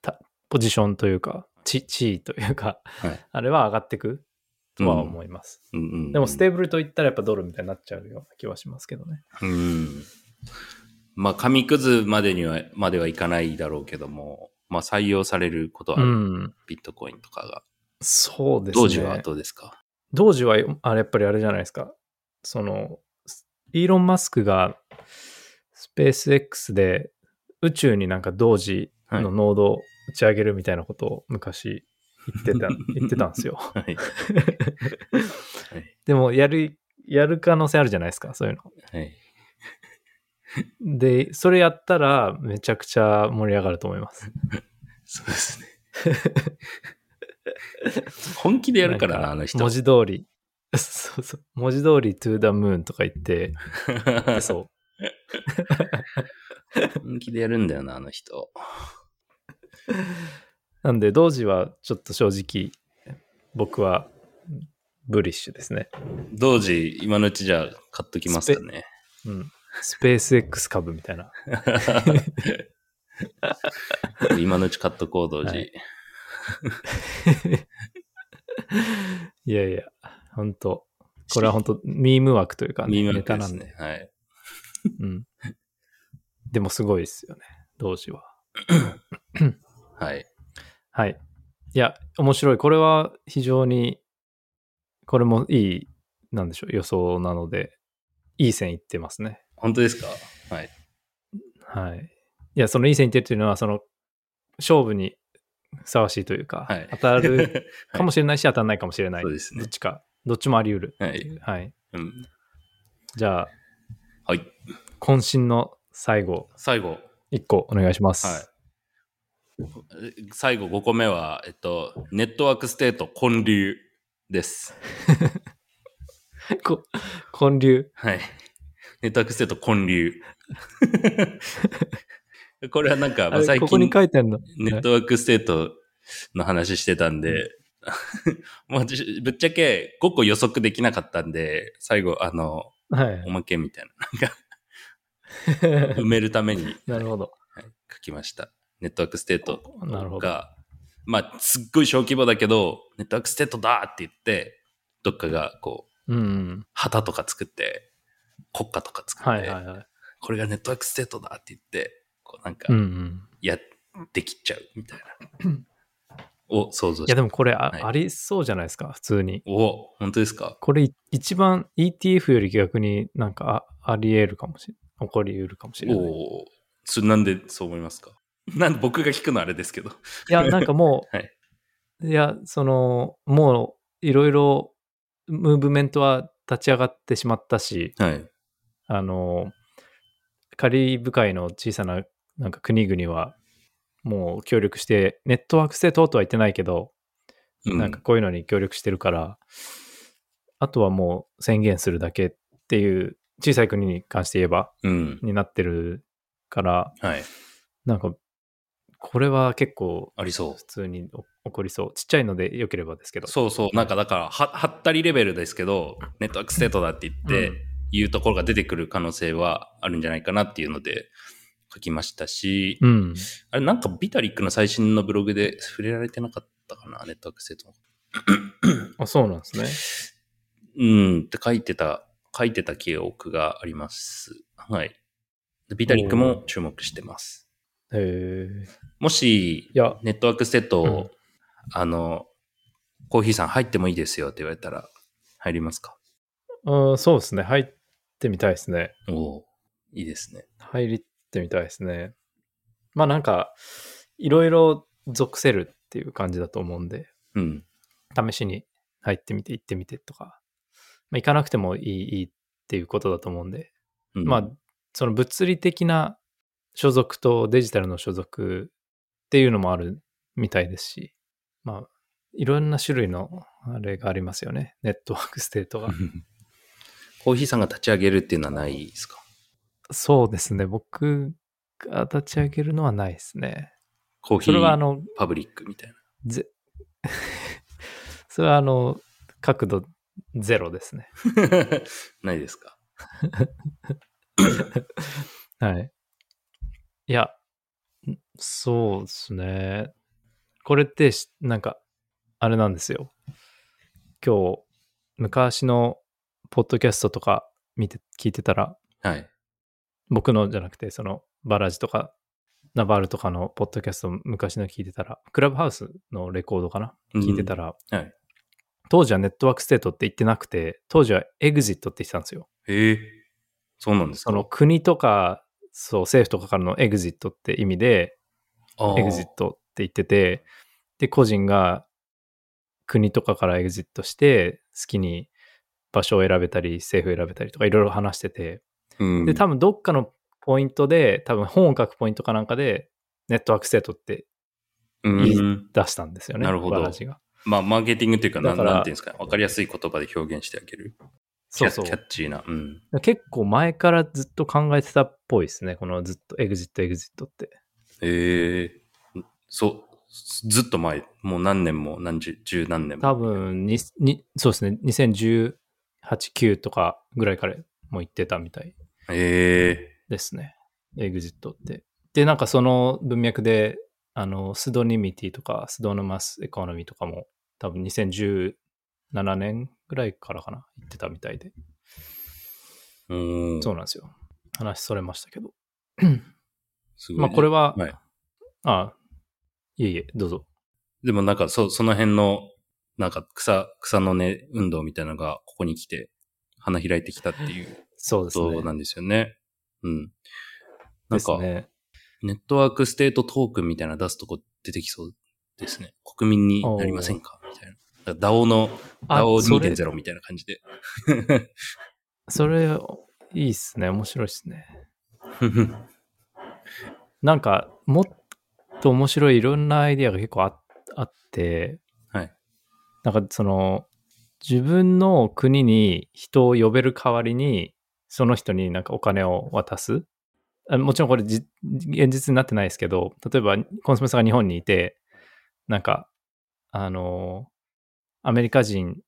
Speaker 1: たポジションというか地地位というか、
Speaker 2: はい
Speaker 1: あれは上がってくとは思います、
Speaker 2: うんうん、
Speaker 1: でもステーブルといったらやっぱドルみたいになっちゃうような気はしますけどね
Speaker 2: うん。まあ、紙くずまでには、まではいかないだろうけども、まあ、採用されることは
Speaker 1: う
Speaker 2: ある、
Speaker 1: ん
Speaker 2: ビットコインとかが。
Speaker 1: そうですね
Speaker 2: 当時はどうですか
Speaker 1: 同時は、あれ、やっぱりあれじゃないですか。その、イーロン・マスクが、スペース X で宇宙になんか同時の濃度を打ち上げるみたいなことを昔言ってた、 言ってたんですよ。
Speaker 2: はい。
Speaker 1: でも、やる、やる可能性あるじゃないですか、そういう
Speaker 2: はい。
Speaker 1: の。で、それやったら、めちゃくちゃ盛り上がると思います。
Speaker 2: そうですね。本気でやるから
Speaker 1: ん
Speaker 2: な、あの人。
Speaker 1: 文字通り。 そうそう。文字通り、to the moon とか言 って、そう。
Speaker 2: 本気でやるんだよな、あの人。
Speaker 1: なんで、同時はちょっと正直、僕はブリッシュですね。
Speaker 2: 同時、今のうちじゃあ買っときますかね。
Speaker 1: うん。スペース X 株みたいな。
Speaker 2: 今のうち買っとこう、同時。
Speaker 1: はいいやいや、本当これは本 当ミーム枠というか、
Speaker 2: 見
Speaker 1: ネ
Speaker 2: 分け
Speaker 1: タ
Speaker 2: で
Speaker 1: な
Speaker 2: す
Speaker 1: んで。
Speaker 2: ね。はい。
Speaker 1: うん。でもすごいですよね、同時は。
Speaker 2: はい。
Speaker 1: はい。いや、面白い。これは非常に、これもいい、なんでしょう、予想なので、いい線いってますね。
Speaker 2: 本当ですかはい。
Speaker 1: はい。いや、そのいい線いってるというのは、その、勝負にふさわしいというか、
Speaker 2: はい
Speaker 1: 当たる かもしれないし、当たらないかもしれない。
Speaker 2: そうですね
Speaker 1: どっちか。どっちもあり得る。
Speaker 2: はい。
Speaker 1: はい。
Speaker 2: うん。
Speaker 1: じゃあ、
Speaker 2: はい。
Speaker 1: 渾身の最後、
Speaker 2: 最後。
Speaker 1: 1個お願いします。
Speaker 2: はい。最後5個目は、えっと、ネットワークステート混流です。
Speaker 1: こ混流。
Speaker 2: はい。ネットワークステート混流。 これはなんか、ま
Speaker 1: あ
Speaker 2: あ
Speaker 1: れ
Speaker 2: 最
Speaker 1: ここ
Speaker 2: 近
Speaker 1: に書いてあるの。
Speaker 2: ネットワークステートの話してたんで、 もうじぶっちゃけ5個予測できなかったんで、最後、あの、
Speaker 1: はい。
Speaker 2: おまけみたいな、なんか埋めるために
Speaker 1: なるほど。
Speaker 2: 書きました。ネットワークステート
Speaker 1: なるほど。
Speaker 2: が、まあ、すっごい小規模だけど、ネットワークステートだって言って、どっかがこう、
Speaker 1: うん。
Speaker 2: 旗とか作って、国家とか作って、
Speaker 1: はいはいはい。
Speaker 2: これがネットワークステートだって言って、こうなんか
Speaker 1: うん、うん。
Speaker 2: やってきちゃうみたいな。を想像
Speaker 1: いや
Speaker 2: して。
Speaker 1: でもこれあ,、
Speaker 2: はい
Speaker 1: ありそうじゃないですか、普通に。
Speaker 2: お、本当ですか
Speaker 1: これい一番 ETF より逆になんかああり得るかもしれない。起こり得るかもしれない。い
Speaker 2: おそれなんでそう思いますかなんで僕が聞くのあれですけど。
Speaker 1: や、なんかもう、
Speaker 2: はい
Speaker 1: い、や、その、もういろいろムーブメントは立ち上がってしまったし、
Speaker 2: はい。
Speaker 1: あの、カリブ海の小さななんか国々はもう協力して、ネットワーク性等とは言ってないけど、なんかこういうのに協力してるから、あとはもう宣言するだけっていう、小さい国に関して言えば、
Speaker 2: うん。
Speaker 1: になってるから、
Speaker 2: はい。
Speaker 1: なんか、これは結構
Speaker 2: ありそう
Speaker 1: 普。通に起こりそう。ちっちゃいので良ければですけど。
Speaker 2: そうそう。なんかだから、は、はったりレベルですけど、ネットワークステートだって言って、
Speaker 1: うん
Speaker 2: いうところが出てくる可能性はあるんじゃないかなっていうので、書きましたし、
Speaker 1: うん。
Speaker 2: あれなんかビタリックの最新のブログで触れられてなかったかな、ネットワークステートの
Speaker 1: あ、そうなんですね。
Speaker 2: うんって書いてた、書いてた記憶があります。はい。でビタリックも注目してます。
Speaker 1: へえ。
Speaker 2: もし
Speaker 1: い、や、
Speaker 2: ネットワークステットを、
Speaker 1: うん
Speaker 2: あの、コーヒーさん入ってもいいですよって言われたら、入りますか
Speaker 1: うん、そうですね。入ってみたいですね。
Speaker 2: おおいいですね。
Speaker 1: 入ってみたいですね。まあなんか、いろいろ属せるっていう感じだと思うんで。
Speaker 2: うん。
Speaker 1: 試しに入ってみて行ってみてとか、まあ、行かなくてもいいいいっていうことだと思うんで、
Speaker 2: うん
Speaker 1: まあその物理的な所属とデジタルの所属っていうのもあるみたいですしまあいろんな種類のあれがありますよねネットワークステートが
Speaker 2: コーヒーさんが立ち上げるっていうのはないですか
Speaker 1: そうですね僕が立ち上げるのはないですね
Speaker 2: コーヒ
Speaker 1: それはあ
Speaker 2: ー
Speaker 1: の
Speaker 2: パブリックみたいな。
Speaker 1: ぜそれはあの角度ゼロですね
Speaker 2: ない ですか
Speaker 1: はい。いや、んそうですね。これってし、なんか、あれなんですよ。今日、昔のポッドキャストとか見て、聞いてたら、
Speaker 2: はい。
Speaker 1: 僕のじゃなくて、その、バラジとか、ナバールとかのポッドキャスト昔の聞いてたら、クラブハウスのレコードかな聞いてたら、
Speaker 2: うんはい
Speaker 1: 当時はネットワークステートって言ってなくて、当時はエグジットって言ってたんですよ。
Speaker 2: ええそうなんです
Speaker 1: そ
Speaker 2: か
Speaker 1: の国とか、そう、政府とかからのエグジットって意味で、
Speaker 2: あー
Speaker 1: エグジットって言ってて、で、個人が国とかからエグジットして、好きに場所を選べたり、政府選べたりとかいろいろ話してて、
Speaker 2: うん、
Speaker 1: で、多分どっかのポイントで、多分本を書くポイントかなんかで、ネットワークセートって
Speaker 2: うん
Speaker 1: いい出したんですよね。
Speaker 2: なるほど
Speaker 1: バラジが。
Speaker 2: まあ、マーケティングというか、なん
Speaker 1: だから
Speaker 2: なんていうんですか、わかりやすい言葉で表現してあげる。
Speaker 1: そうそう
Speaker 2: キャ。キャッチーな。うん。
Speaker 1: 結構前からずっと考えてたっぽいですね。このずっとエグジット、エグジットって。
Speaker 2: ええそう、ずっと前、もう何年も、何十、十何年も。
Speaker 1: 多分にに、そうですね。2018、9とかぐらいからもう言ってたみたい
Speaker 2: え
Speaker 1: ですね。エグジットって。で、なんかその文脈で、あの、スドニミティとか、スドノマスエコノミーとかも、多分2017年ぐらいからかな、言ってたみたいで。
Speaker 2: えうん。
Speaker 1: そうなんですよ。話それましたけど。
Speaker 2: すごい
Speaker 1: まあ、これは、
Speaker 2: はい
Speaker 1: あ、いえいえ、どうぞ。
Speaker 2: でもなんか、そ、その辺の、なんか、草、草のね、運動みたいなのが、ここに来て、花開いてきたっていう
Speaker 1: そう
Speaker 2: こ
Speaker 1: ですね。
Speaker 2: となんですよね。うん。なん
Speaker 1: です
Speaker 2: か、
Speaker 1: ね。
Speaker 2: ネットワークステートトークンみたいなの出すとこ出てきそうですね。国民になりませんかみたいな。だから DAO の、
Speaker 1: あそれ
Speaker 2: DAO2.0 みたいな感じで。
Speaker 1: それ、いいっすね。面白いっすね。なんか、もっと面白いいろんなアイディアが結構ああって、
Speaker 2: はい。
Speaker 1: なんかその、自分の国に人を呼べる代わりに、その人になんかお金を渡す。あもちろんこれじ現実になってないですけど、例えばコンソメさんが日本にいて、なんか、あの、アメリカ人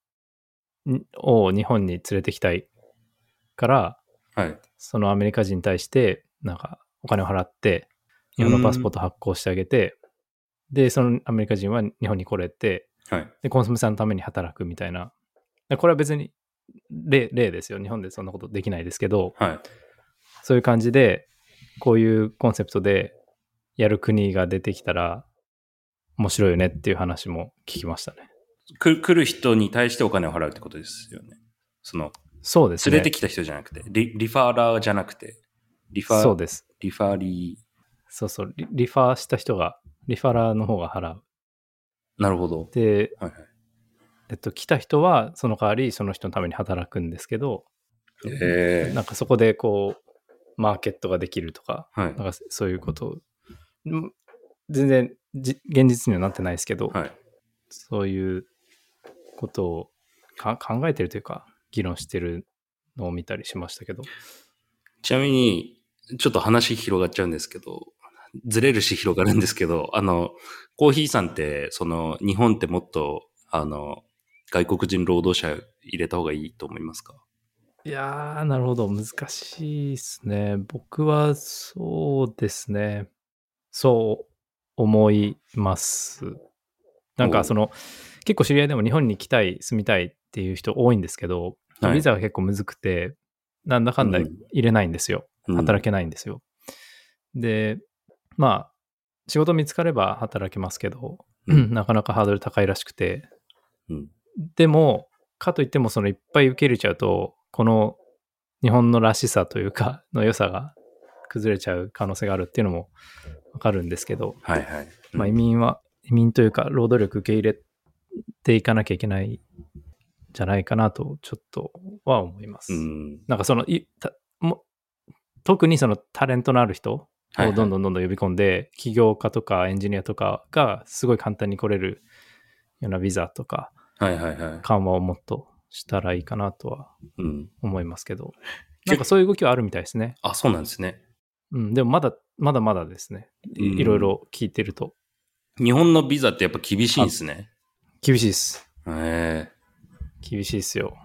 Speaker 1: を日本に連れてきたいから、
Speaker 2: はい。
Speaker 1: そのアメリカ人に対して、なんか、お金を払って、日本のパスポート発行してあげて、で、そのアメリカ人は日本に来れて、
Speaker 2: はい。
Speaker 1: で、コンソメさんのために働くみたいな。でこれは別に例、例ですよ。日本でそんなことできないですけど、
Speaker 2: はい。
Speaker 1: そういう感じで、こういうコンセプトでやる国が出てきたら、面白いよねっていう話も聞きましたね。
Speaker 2: く来る人に対してお金を払うってことですよね。その、
Speaker 1: そうですね。
Speaker 2: 連れてきた人じゃなくて、リリファーラーじゃなくて、リファ
Speaker 1: そう
Speaker 2: ー、
Speaker 1: です。
Speaker 2: リファーリ
Speaker 1: そうそうリ。リファーした人が、リファラーの方が払う。
Speaker 2: ー。なるほど。
Speaker 1: で、
Speaker 2: はいはい。
Speaker 1: えっと、来た人は、その代わりその人のために働くんですけど、
Speaker 2: え
Speaker 1: なんかそこでこう、マーケットができるとか、
Speaker 2: ー、はい
Speaker 1: なんかそういうことを、ん全然じ現実にはなってないですけど、
Speaker 2: はい。
Speaker 1: そういうことをか考えてるというか、議論してるのを見たりしましたけど。
Speaker 2: ちなみに、ちょっと話広がっちゃうんですけど、ずれるし広がるんですけど、あの、コーヒーさんって、その、日本ってもっと、あの、外国人労働者入れた方がいいと思いますか
Speaker 1: いやー、なるほど。難しいですね。僕はそうですね。そう思います。なん
Speaker 2: お
Speaker 1: か
Speaker 2: う
Speaker 1: その、結構知り合いでも日本に来たい、住みたいっていう人多いんですけど、
Speaker 2: はい
Speaker 1: ビザが結構むずくて、なんだかんだ
Speaker 2: うん
Speaker 1: 入れないんですよ。働
Speaker 2: け。
Speaker 1: けないんですよ。で、まあ、仕事見つかれば働けますけど、
Speaker 2: う ん
Speaker 1: なかなかハードル高いらしくて、
Speaker 2: うん
Speaker 1: でも、かといっても、そのいっぱい受け入れちゃうと、この日本のらしさというか、 の良さが崩れちゃう可能性があるっていうのもわかるんですけど、
Speaker 2: はいはい。
Speaker 1: まあ、
Speaker 2: う
Speaker 1: 移
Speaker 2: ん
Speaker 1: 民は、移民というか、労働力受け入れていかなきゃいけないんじゃないかなと、ちょっとは思います。
Speaker 2: うん。
Speaker 1: なんかそのいたも特にそのタレントのある人を
Speaker 2: はいは
Speaker 1: ど
Speaker 2: い
Speaker 1: んどんどんどん呼び込んで、起業家とかエンジニアとかがすごい簡単に来れるようなビザとか
Speaker 2: はいはいはい。
Speaker 1: 緩和をもっとしたらいいかなとは
Speaker 2: うん。
Speaker 1: 思いますけ ど、
Speaker 2: 結
Speaker 1: なんかそういう動きはあるみたいですね。
Speaker 2: あ、そうなんですね。
Speaker 1: うん、でもまだまだまだですね。
Speaker 2: うん
Speaker 1: いいろいろ聞いてると
Speaker 2: 日本のビザってやっぱ厳しいんですね。
Speaker 1: 厳しいです。
Speaker 2: ええ
Speaker 1: 厳しいですよ。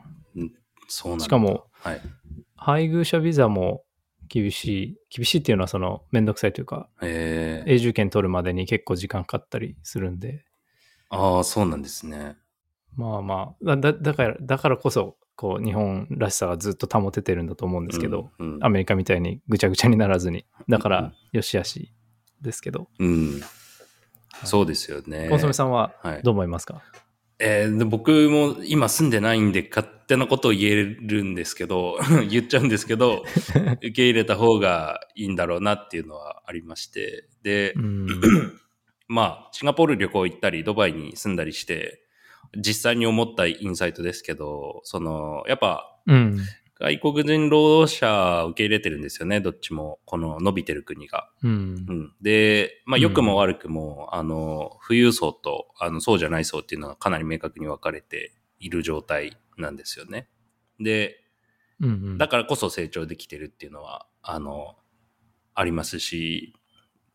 Speaker 2: そうなんだ
Speaker 1: しかも、
Speaker 2: はい。
Speaker 1: 配偶者ビザも厳しい。厳しいっていうのはそのめんどくさいというか、
Speaker 2: ええ
Speaker 1: 永住権取るまでに結構時間かかったりするんで、
Speaker 2: ああ、そうなんですね。
Speaker 1: まあまあ、だだだからだからこそこう日本らしさがずっと保ててるんだと思うんですけど、
Speaker 2: うん、うん
Speaker 1: アメリカみたいにぐちゃぐちゃにならずにだか
Speaker 2: うんう
Speaker 1: らよしあしですけど、
Speaker 2: うん。そうですよね。
Speaker 1: コンソメさんは
Speaker 2: はい
Speaker 1: どう思い ますか、
Speaker 2: えーで僕も今住んでないんで勝手なことを言えるんですけど、 言っちゃうんですけ ど、受け入れた方がいいんだろうなっていうのはありまして。で、
Speaker 1: うん
Speaker 2: まあ、シンガポール旅行行ったり、ドバイに住んだりして、実際に思ったインサイトですけど、その、やっぱ
Speaker 1: うん
Speaker 2: 外国人労働者を受け入れてるんですよね、どっちも。この伸びてる国が。
Speaker 1: うん
Speaker 2: うん、で、まあ、
Speaker 1: うん
Speaker 2: 良くも悪くも、あの、富裕層と、あの、そうじゃない層っていうのはかなり明確に分かれている状態なんですよね。で、
Speaker 1: うんうん
Speaker 2: だからこそ成長できてるっていうのは、あの、ありますし、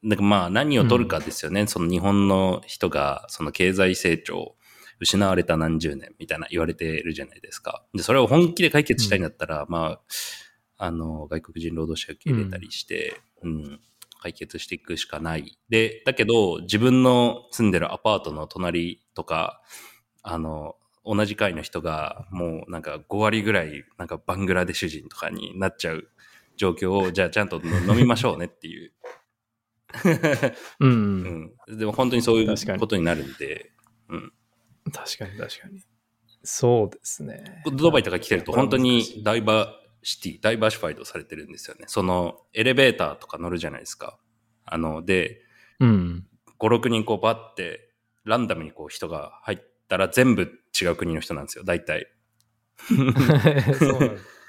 Speaker 2: なんかまあ何を取るかですよね。その日本の人が、その経済成長、失われた何十年みたいな言われてるじゃないですか。で、それを本気で解決したいんだったら、まあ、あの、外国人労働者受け入れたりして、うん、解決していくしかない。で、だけど、自分の住んでるアパートの隣とか、あの、同じ階の人が、もうなんか5割ぐらい、なんかバングラデシュ人とかになっちゃう状況を、じゃあちゃんと飲みましょうねっ ていう。
Speaker 1: うんう
Speaker 2: うんん。でも本当にそうい
Speaker 1: 確か
Speaker 2: う
Speaker 1: に
Speaker 2: ことになるんで、うん。
Speaker 1: 確かに確かにそうですね
Speaker 2: ドバイとか来てると本当にダイバーシティ、ダイバーシファイドされてるんですよね。そのエレベーターとか乗るじゃないですか。あの、で、
Speaker 1: うん
Speaker 2: 5、6人こうバッて、ランダムにこう人が入ったら全部違う国の人なんですよ、大体。
Speaker 1: そうなんです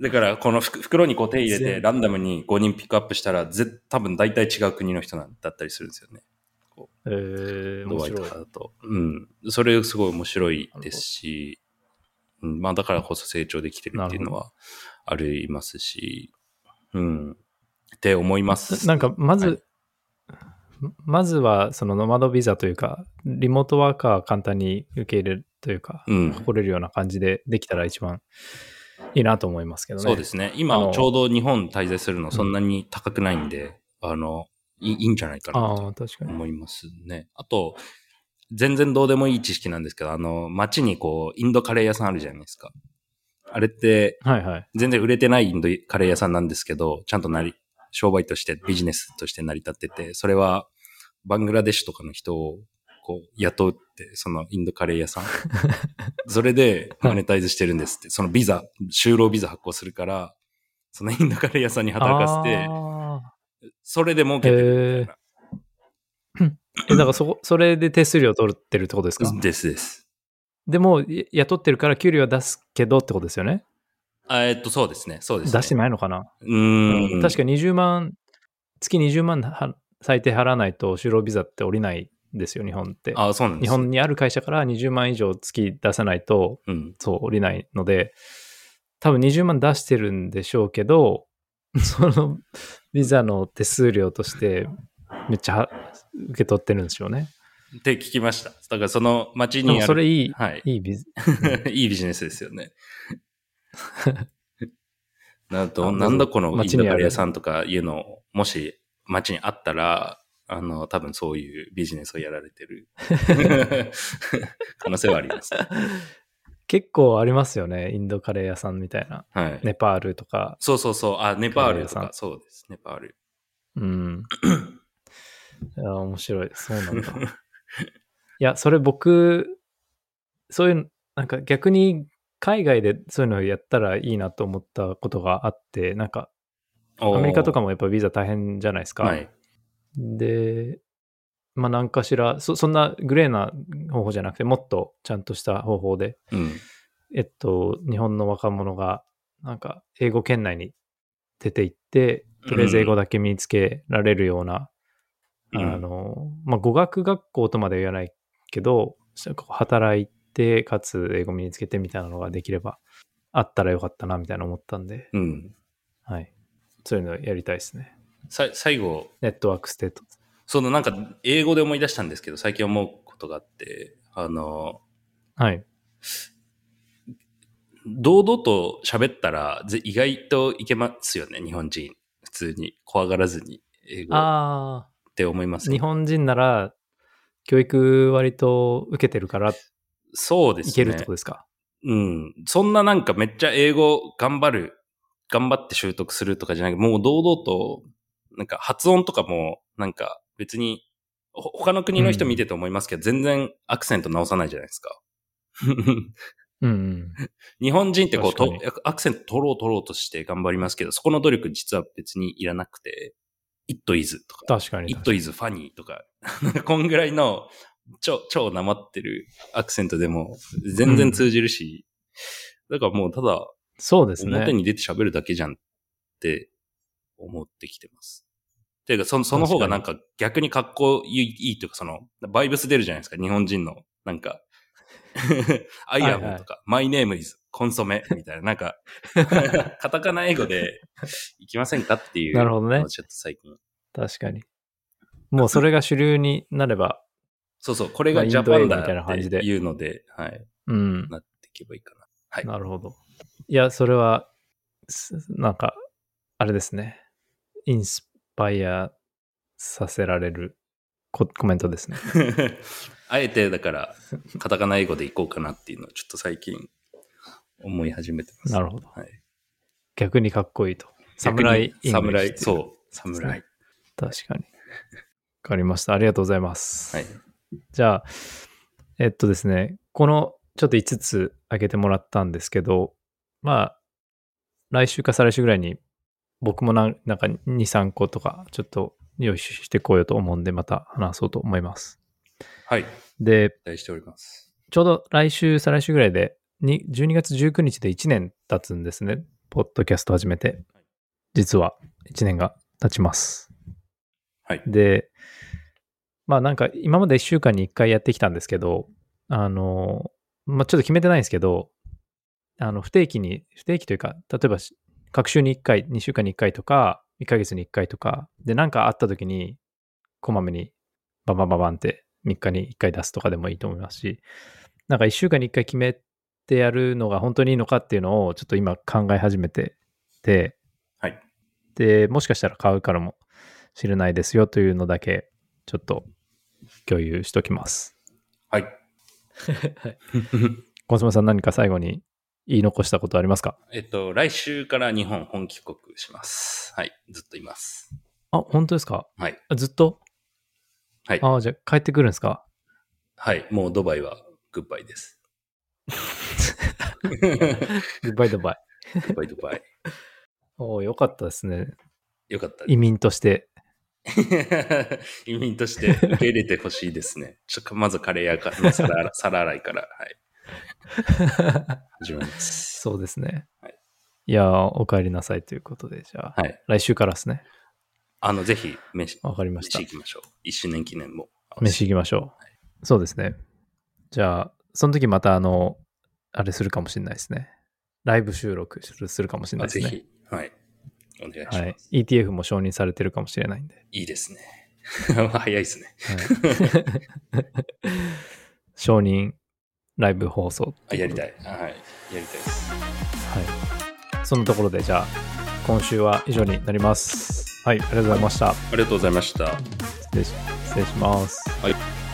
Speaker 2: だから、このふく袋にこう手入れ
Speaker 1: 全
Speaker 2: て、
Speaker 1: 部
Speaker 2: ランダムに5人ピックアップしたら、ぜ多分大体違う国の人なんだったりするんですよね。
Speaker 1: えー、
Speaker 2: ド
Speaker 1: 面
Speaker 2: バイと
Speaker 1: 白い
Speaker 2: かだと。うん。それすごい面白いですし、うん、まあだからこそ成長できてるっていうのはありますし、うん。って思います。
Speaker 1: なんかまず、
Speaker 2: はい
Speaker 1: まずは、そのノマドビザというか、リモートワーカー簡単に受け入れるというか、
Speaker 2: うん
Speaker 1: 誇れるような感じでできたら一番いいなと思いますけどね。
Speaker 2: そうですね。今
Speaker 1: あの
Speaker 2: ちょうど日本滞在するのそんなに高くないんで、あの、いいいいんじゃないかなと
Speaker 1: ああ、確かに。
Speaker 2: 思いますね。あと、全然どうでもいい知識なんですけど、あの、街にこう、インドカレー屋さんあるじゃないですか。あれって、
Speaker 1: はいはい。
Speaker 2: 全然売れてないインドカレー屋さんなんですけど、ちゃんとなり、商売として、ビジネスとして成り立ってて、それは、バングラデシュとかの人を、こう、雇うって、そのインドカレー 屋さん。それで、マネタイズしてるんですって。そのビザ、就労ビザ発行するから、そのインドカレー屋さんに働かせて、
Speaker 1: あ
Speaker 2: それで儲けてるみたい
Speaker 1: ーえ、だからそこ、それで手数料取ってるってことですか
Speaker 2: な。ですです。
Speaker 1: でも、い雇ってるから給料は出すけどってことですよね。
Speaker 2: あえっと、そうですね。そうです、ね。
Speaker 1: 出してないのかな
Speaker 2: うーん。
Speaker 1: 確か20万、月20万は最低払わないと就労ビザって降りないんですよ、日本って。
Speaker 2: あそうなん
Speaker 1: 日
Speaker 2: ですね。
Speaker 1: 本にある会社から20万以上月出さないと、
Speaker 2: うん。
Speaker 1: そう、降りないので、多分20万出してるんでしょうけ ど、そのビザの手数料として、めっちゃは受け取ってるんでしょうね。
Speaker 2: って聞きました。だから、その街
Speaker 1: で
Speaker 2: にあ
Speaker 1: も
Speaker 2: る。
Speaker 1: それいい、
Speaker 2: はい。
Speaker 1: いいビザ。
Speaker 2: いいビジネスです よね。なんと、
Speaker 1: あ
Speaker 2: なんだこのイ
Speaker 1: 街
Speaker 2: ンド
Speaker 1: にある
Speaker 2: カレー屋さんとかいうの、もし街にあったら、あの、多分そういうビジネスをやられ てる可能性はあります。
Speaker 1: 結構ありますよね、インドカレー屋さんみたいな。
Speaker 2: はい。
Speaker 1: ネパールとか、
Speaker 2: そうそうそう。あ、ネパールと
Speaker 1: カレー
Speaker 2: か
Speaker 1: 屋、
Speaker 2: そうです。ネパ ール。
Speaker 1: うん。いや、面白い。そうなんだ。いや、それ僕、そういうの、なんか逆に海外でそういうのをやったらいいなと思ったことがあって、なんかアメリカとか
Speaker 2: も
Speaker 1: もやっぱビザ大変じゃないですか。
Speaker 2: はい。
Speaker 1: で、まあ何かしらそ、そんなグレーな方法じゃなくて、もっとちゃんとした方法で、
Speaker 2: うん。
Speaker 1: えっと、日本の若者が、なんか、英語圏内に出て行って、とりあえず英語だけ身につけられるような、
Speaker 2: うん
Speaker 1: あの、まあ、語学学校とまでは言わないけど、そうこう働いて、かつ英語身につけてみたいなのができれば、あったらよかったな、みたいな思ったんで、
Speaker 2: うん。
Speaker 1: はい。そういうのやりたいですね。
Speaker 2: さ最後、
Speaker 1: ネットワークステート。
Speaker 2: そのなんか、英語で思い出したんですけど、最近思うことがあって、あの、
Speaker 1: はい。
Speaker 2: 堂々と喋ったらぜ意外といけますよね、日本人。普通に怖がらずに英語っ
Speaker 1: あ
Speaker 2: て思いま
Speaker 1: あ、
Speaker 2: すよ
Speaker 1: 日本人なら、教育割と受けてるから、
Speaker 2: そうですね。
Speaker 1: いけるってことですか。
Speaker 2: うん。そんななんかめっちゃ英語頑張る、頑張って習得するとかじゃなくもう堂々と、なんか発音とかも、なんか別に、ほ他の国の人見てて思いますけど、全然アクセント直さないじゃないですか。
Speaker 1: うん、うん。
Speaker 2: 日本人ってこうと
Speaker 1: 確、
Speaker 2: アクセント取ろう取ろうとして頑張りますけど、そこの努力実は別にいらなくて、it is とか、
Speaker 1: 確かに。
Speaker 2: It is funny とか、 なんかこんぐらいの超、超なまってるアクセントでも全然通じるし、だからもうただ
Speaker 1: そうですね。
Speaker 2: 表に出て喋るだけじゃんって思ってきてます。ていうかその、その方がなんか逆に格好いいいいというかその、バイブス出るじゃないですか、日本人の。なんか、 アイアムとか、マイネームイズ、コンソメみたいな、な んか、カタカナ英語で行きませんかっていう。
Speaker 1: なるほどね
Speaker 2: ちょっと最近。
Speaker 1: 確かに。もうそれが主流になれば、
Speaker 2: そうそう、これ
Speaker 1: まあ
Speaker 2: が
Speaker 1: イン
Speaker 2: ジ
Speaker 1: ド
Speaker 2: ャパ
Speaker 1: 映
Speaker 2: ンだ
Speaker 1: 画みたいな感
Speaker 2: っ
Speaker 1: じ
Speaker 2: て
Speaker 1: で
Speaker 2: いうので、はい、
Speaker 1: うん。
Speaker 2: なっていけばいいかな。はい。
Speaker 1: なるほど。いや、それは、すなんか、あれですね。インスパイアさせられるココメントです ね。
Speaker 2: あえて、だから、カタカナ英語でいこうかなっていうのをちょっと最近思い始めてます。
Speaker 1: なるほど。
Speaker 2: はい。
Speaker 1: 逆にかっこいいと。侍
Speaker 2: 逆に侍、
Speaker 1: う。
Speaker 2: そう、侍。
Speaker 1: 確かに。わかりました。ありがとうございます。
Speaker 2: はい。
Speaker 1: じゃあ、えっとですね、このちょっと5つ挙げてもらったんですけど、まあ、来週か再来週ぐらいに、僕もなんなんか2、3個とか、ちょっと用意してこようと思うんで、また話そうと思います。
Speaker 2: はい。期
Speaker 1: で、
Speaker 2: 待しております。
Speaker 1: ちょうど来週、再来週ぐらいで、に12月19日で1年経つんですね。ポッドキャスト始めて。実は1年が経ちます。
Speaker 2: はい
Speaker 1: で、まあなんか今まで1週間に1回やってきたんですけど、あの、まあちょっと決めてないんですけど、あの、不定期に、不定期というか、例えばし、各週に1回、2週間に1回とか、1ヶ月に1回とか、で、なんかあった時に、こまめにババババンって3日に1回出すとかでもいいと思いますし、なんか1週間に1回決めてやるのが本当にいいのかっていうのをちょっと今考え始めてて、
Speaker 2: はい。
Speaker 1: で、もしかしたら買うからもしれないですよというのだけ、ちょっと共有しときます。
Speaker 2: はい。
Speaker 1: コンソメさん何か最後に言い残したことありますか
Speaker 2: えっと、来週から日本本帰国します。はい。ずっといます。
Speaker 1: あ、本当ですか
Speaker 2: はい。
Speaker 1: あずっと
Speaker 2: はい。
Speaker 1: ああ、じゃあ帰ってくるんです か
Speaker 2: はい。もうドバイはグッバイ です。 グ
Speaker 1: グッバイドバイ。
Speaker 2: ッバイドバイ。
Speaker 1: おお、よかったですね。
Speaker 2: よかったです
Speaker 1: 移民として。
Speaker 2: 移民として受け入れてほしいですね。 ちょっとまずカレー屋から、皿洗皿洗いから、はい。 始めます。
Speaker 1: そうですね。
Speaker 2: はい
Speaker 1: い、やー、お帰りなさいということで、じゃあ、
Speaker 2: はい。
Speaker 1: 来週からですね。
Speaker 2: あの、ぜひ、飯、
Speaker 1: わかりました
Speaker 2: 飯行。きましょう。一周年記念も。
Speaker 1: 飯行きましょう。そうですね。じゃあ、その時また、あの、あれするかもしれないですね。ライブ収録するするかもしれない
Speaker 2: あ
Speaker 1: です
Speaker 2: ぜ
Speaker 1: ね。
Speaker 2: ひ、はい。お願いします。
Speaker 1: はいい、、ETF も承認されてるかもしれないんで。
Speaker 2: いですね。 早いですね。
Speaker 1: はい 承認ライブ放送
Speaker 2: あやりた
Speaker 1: い
Speaker 2: い。はい。やりたいです。
Speaker 1: はい。そのところで、じゃあ、今週は以上になります。はい、ありがとうございました。
Speaker 2: ありがとうございました。
Speaker 1: 失礼し失礼します。
Speaker 2: はい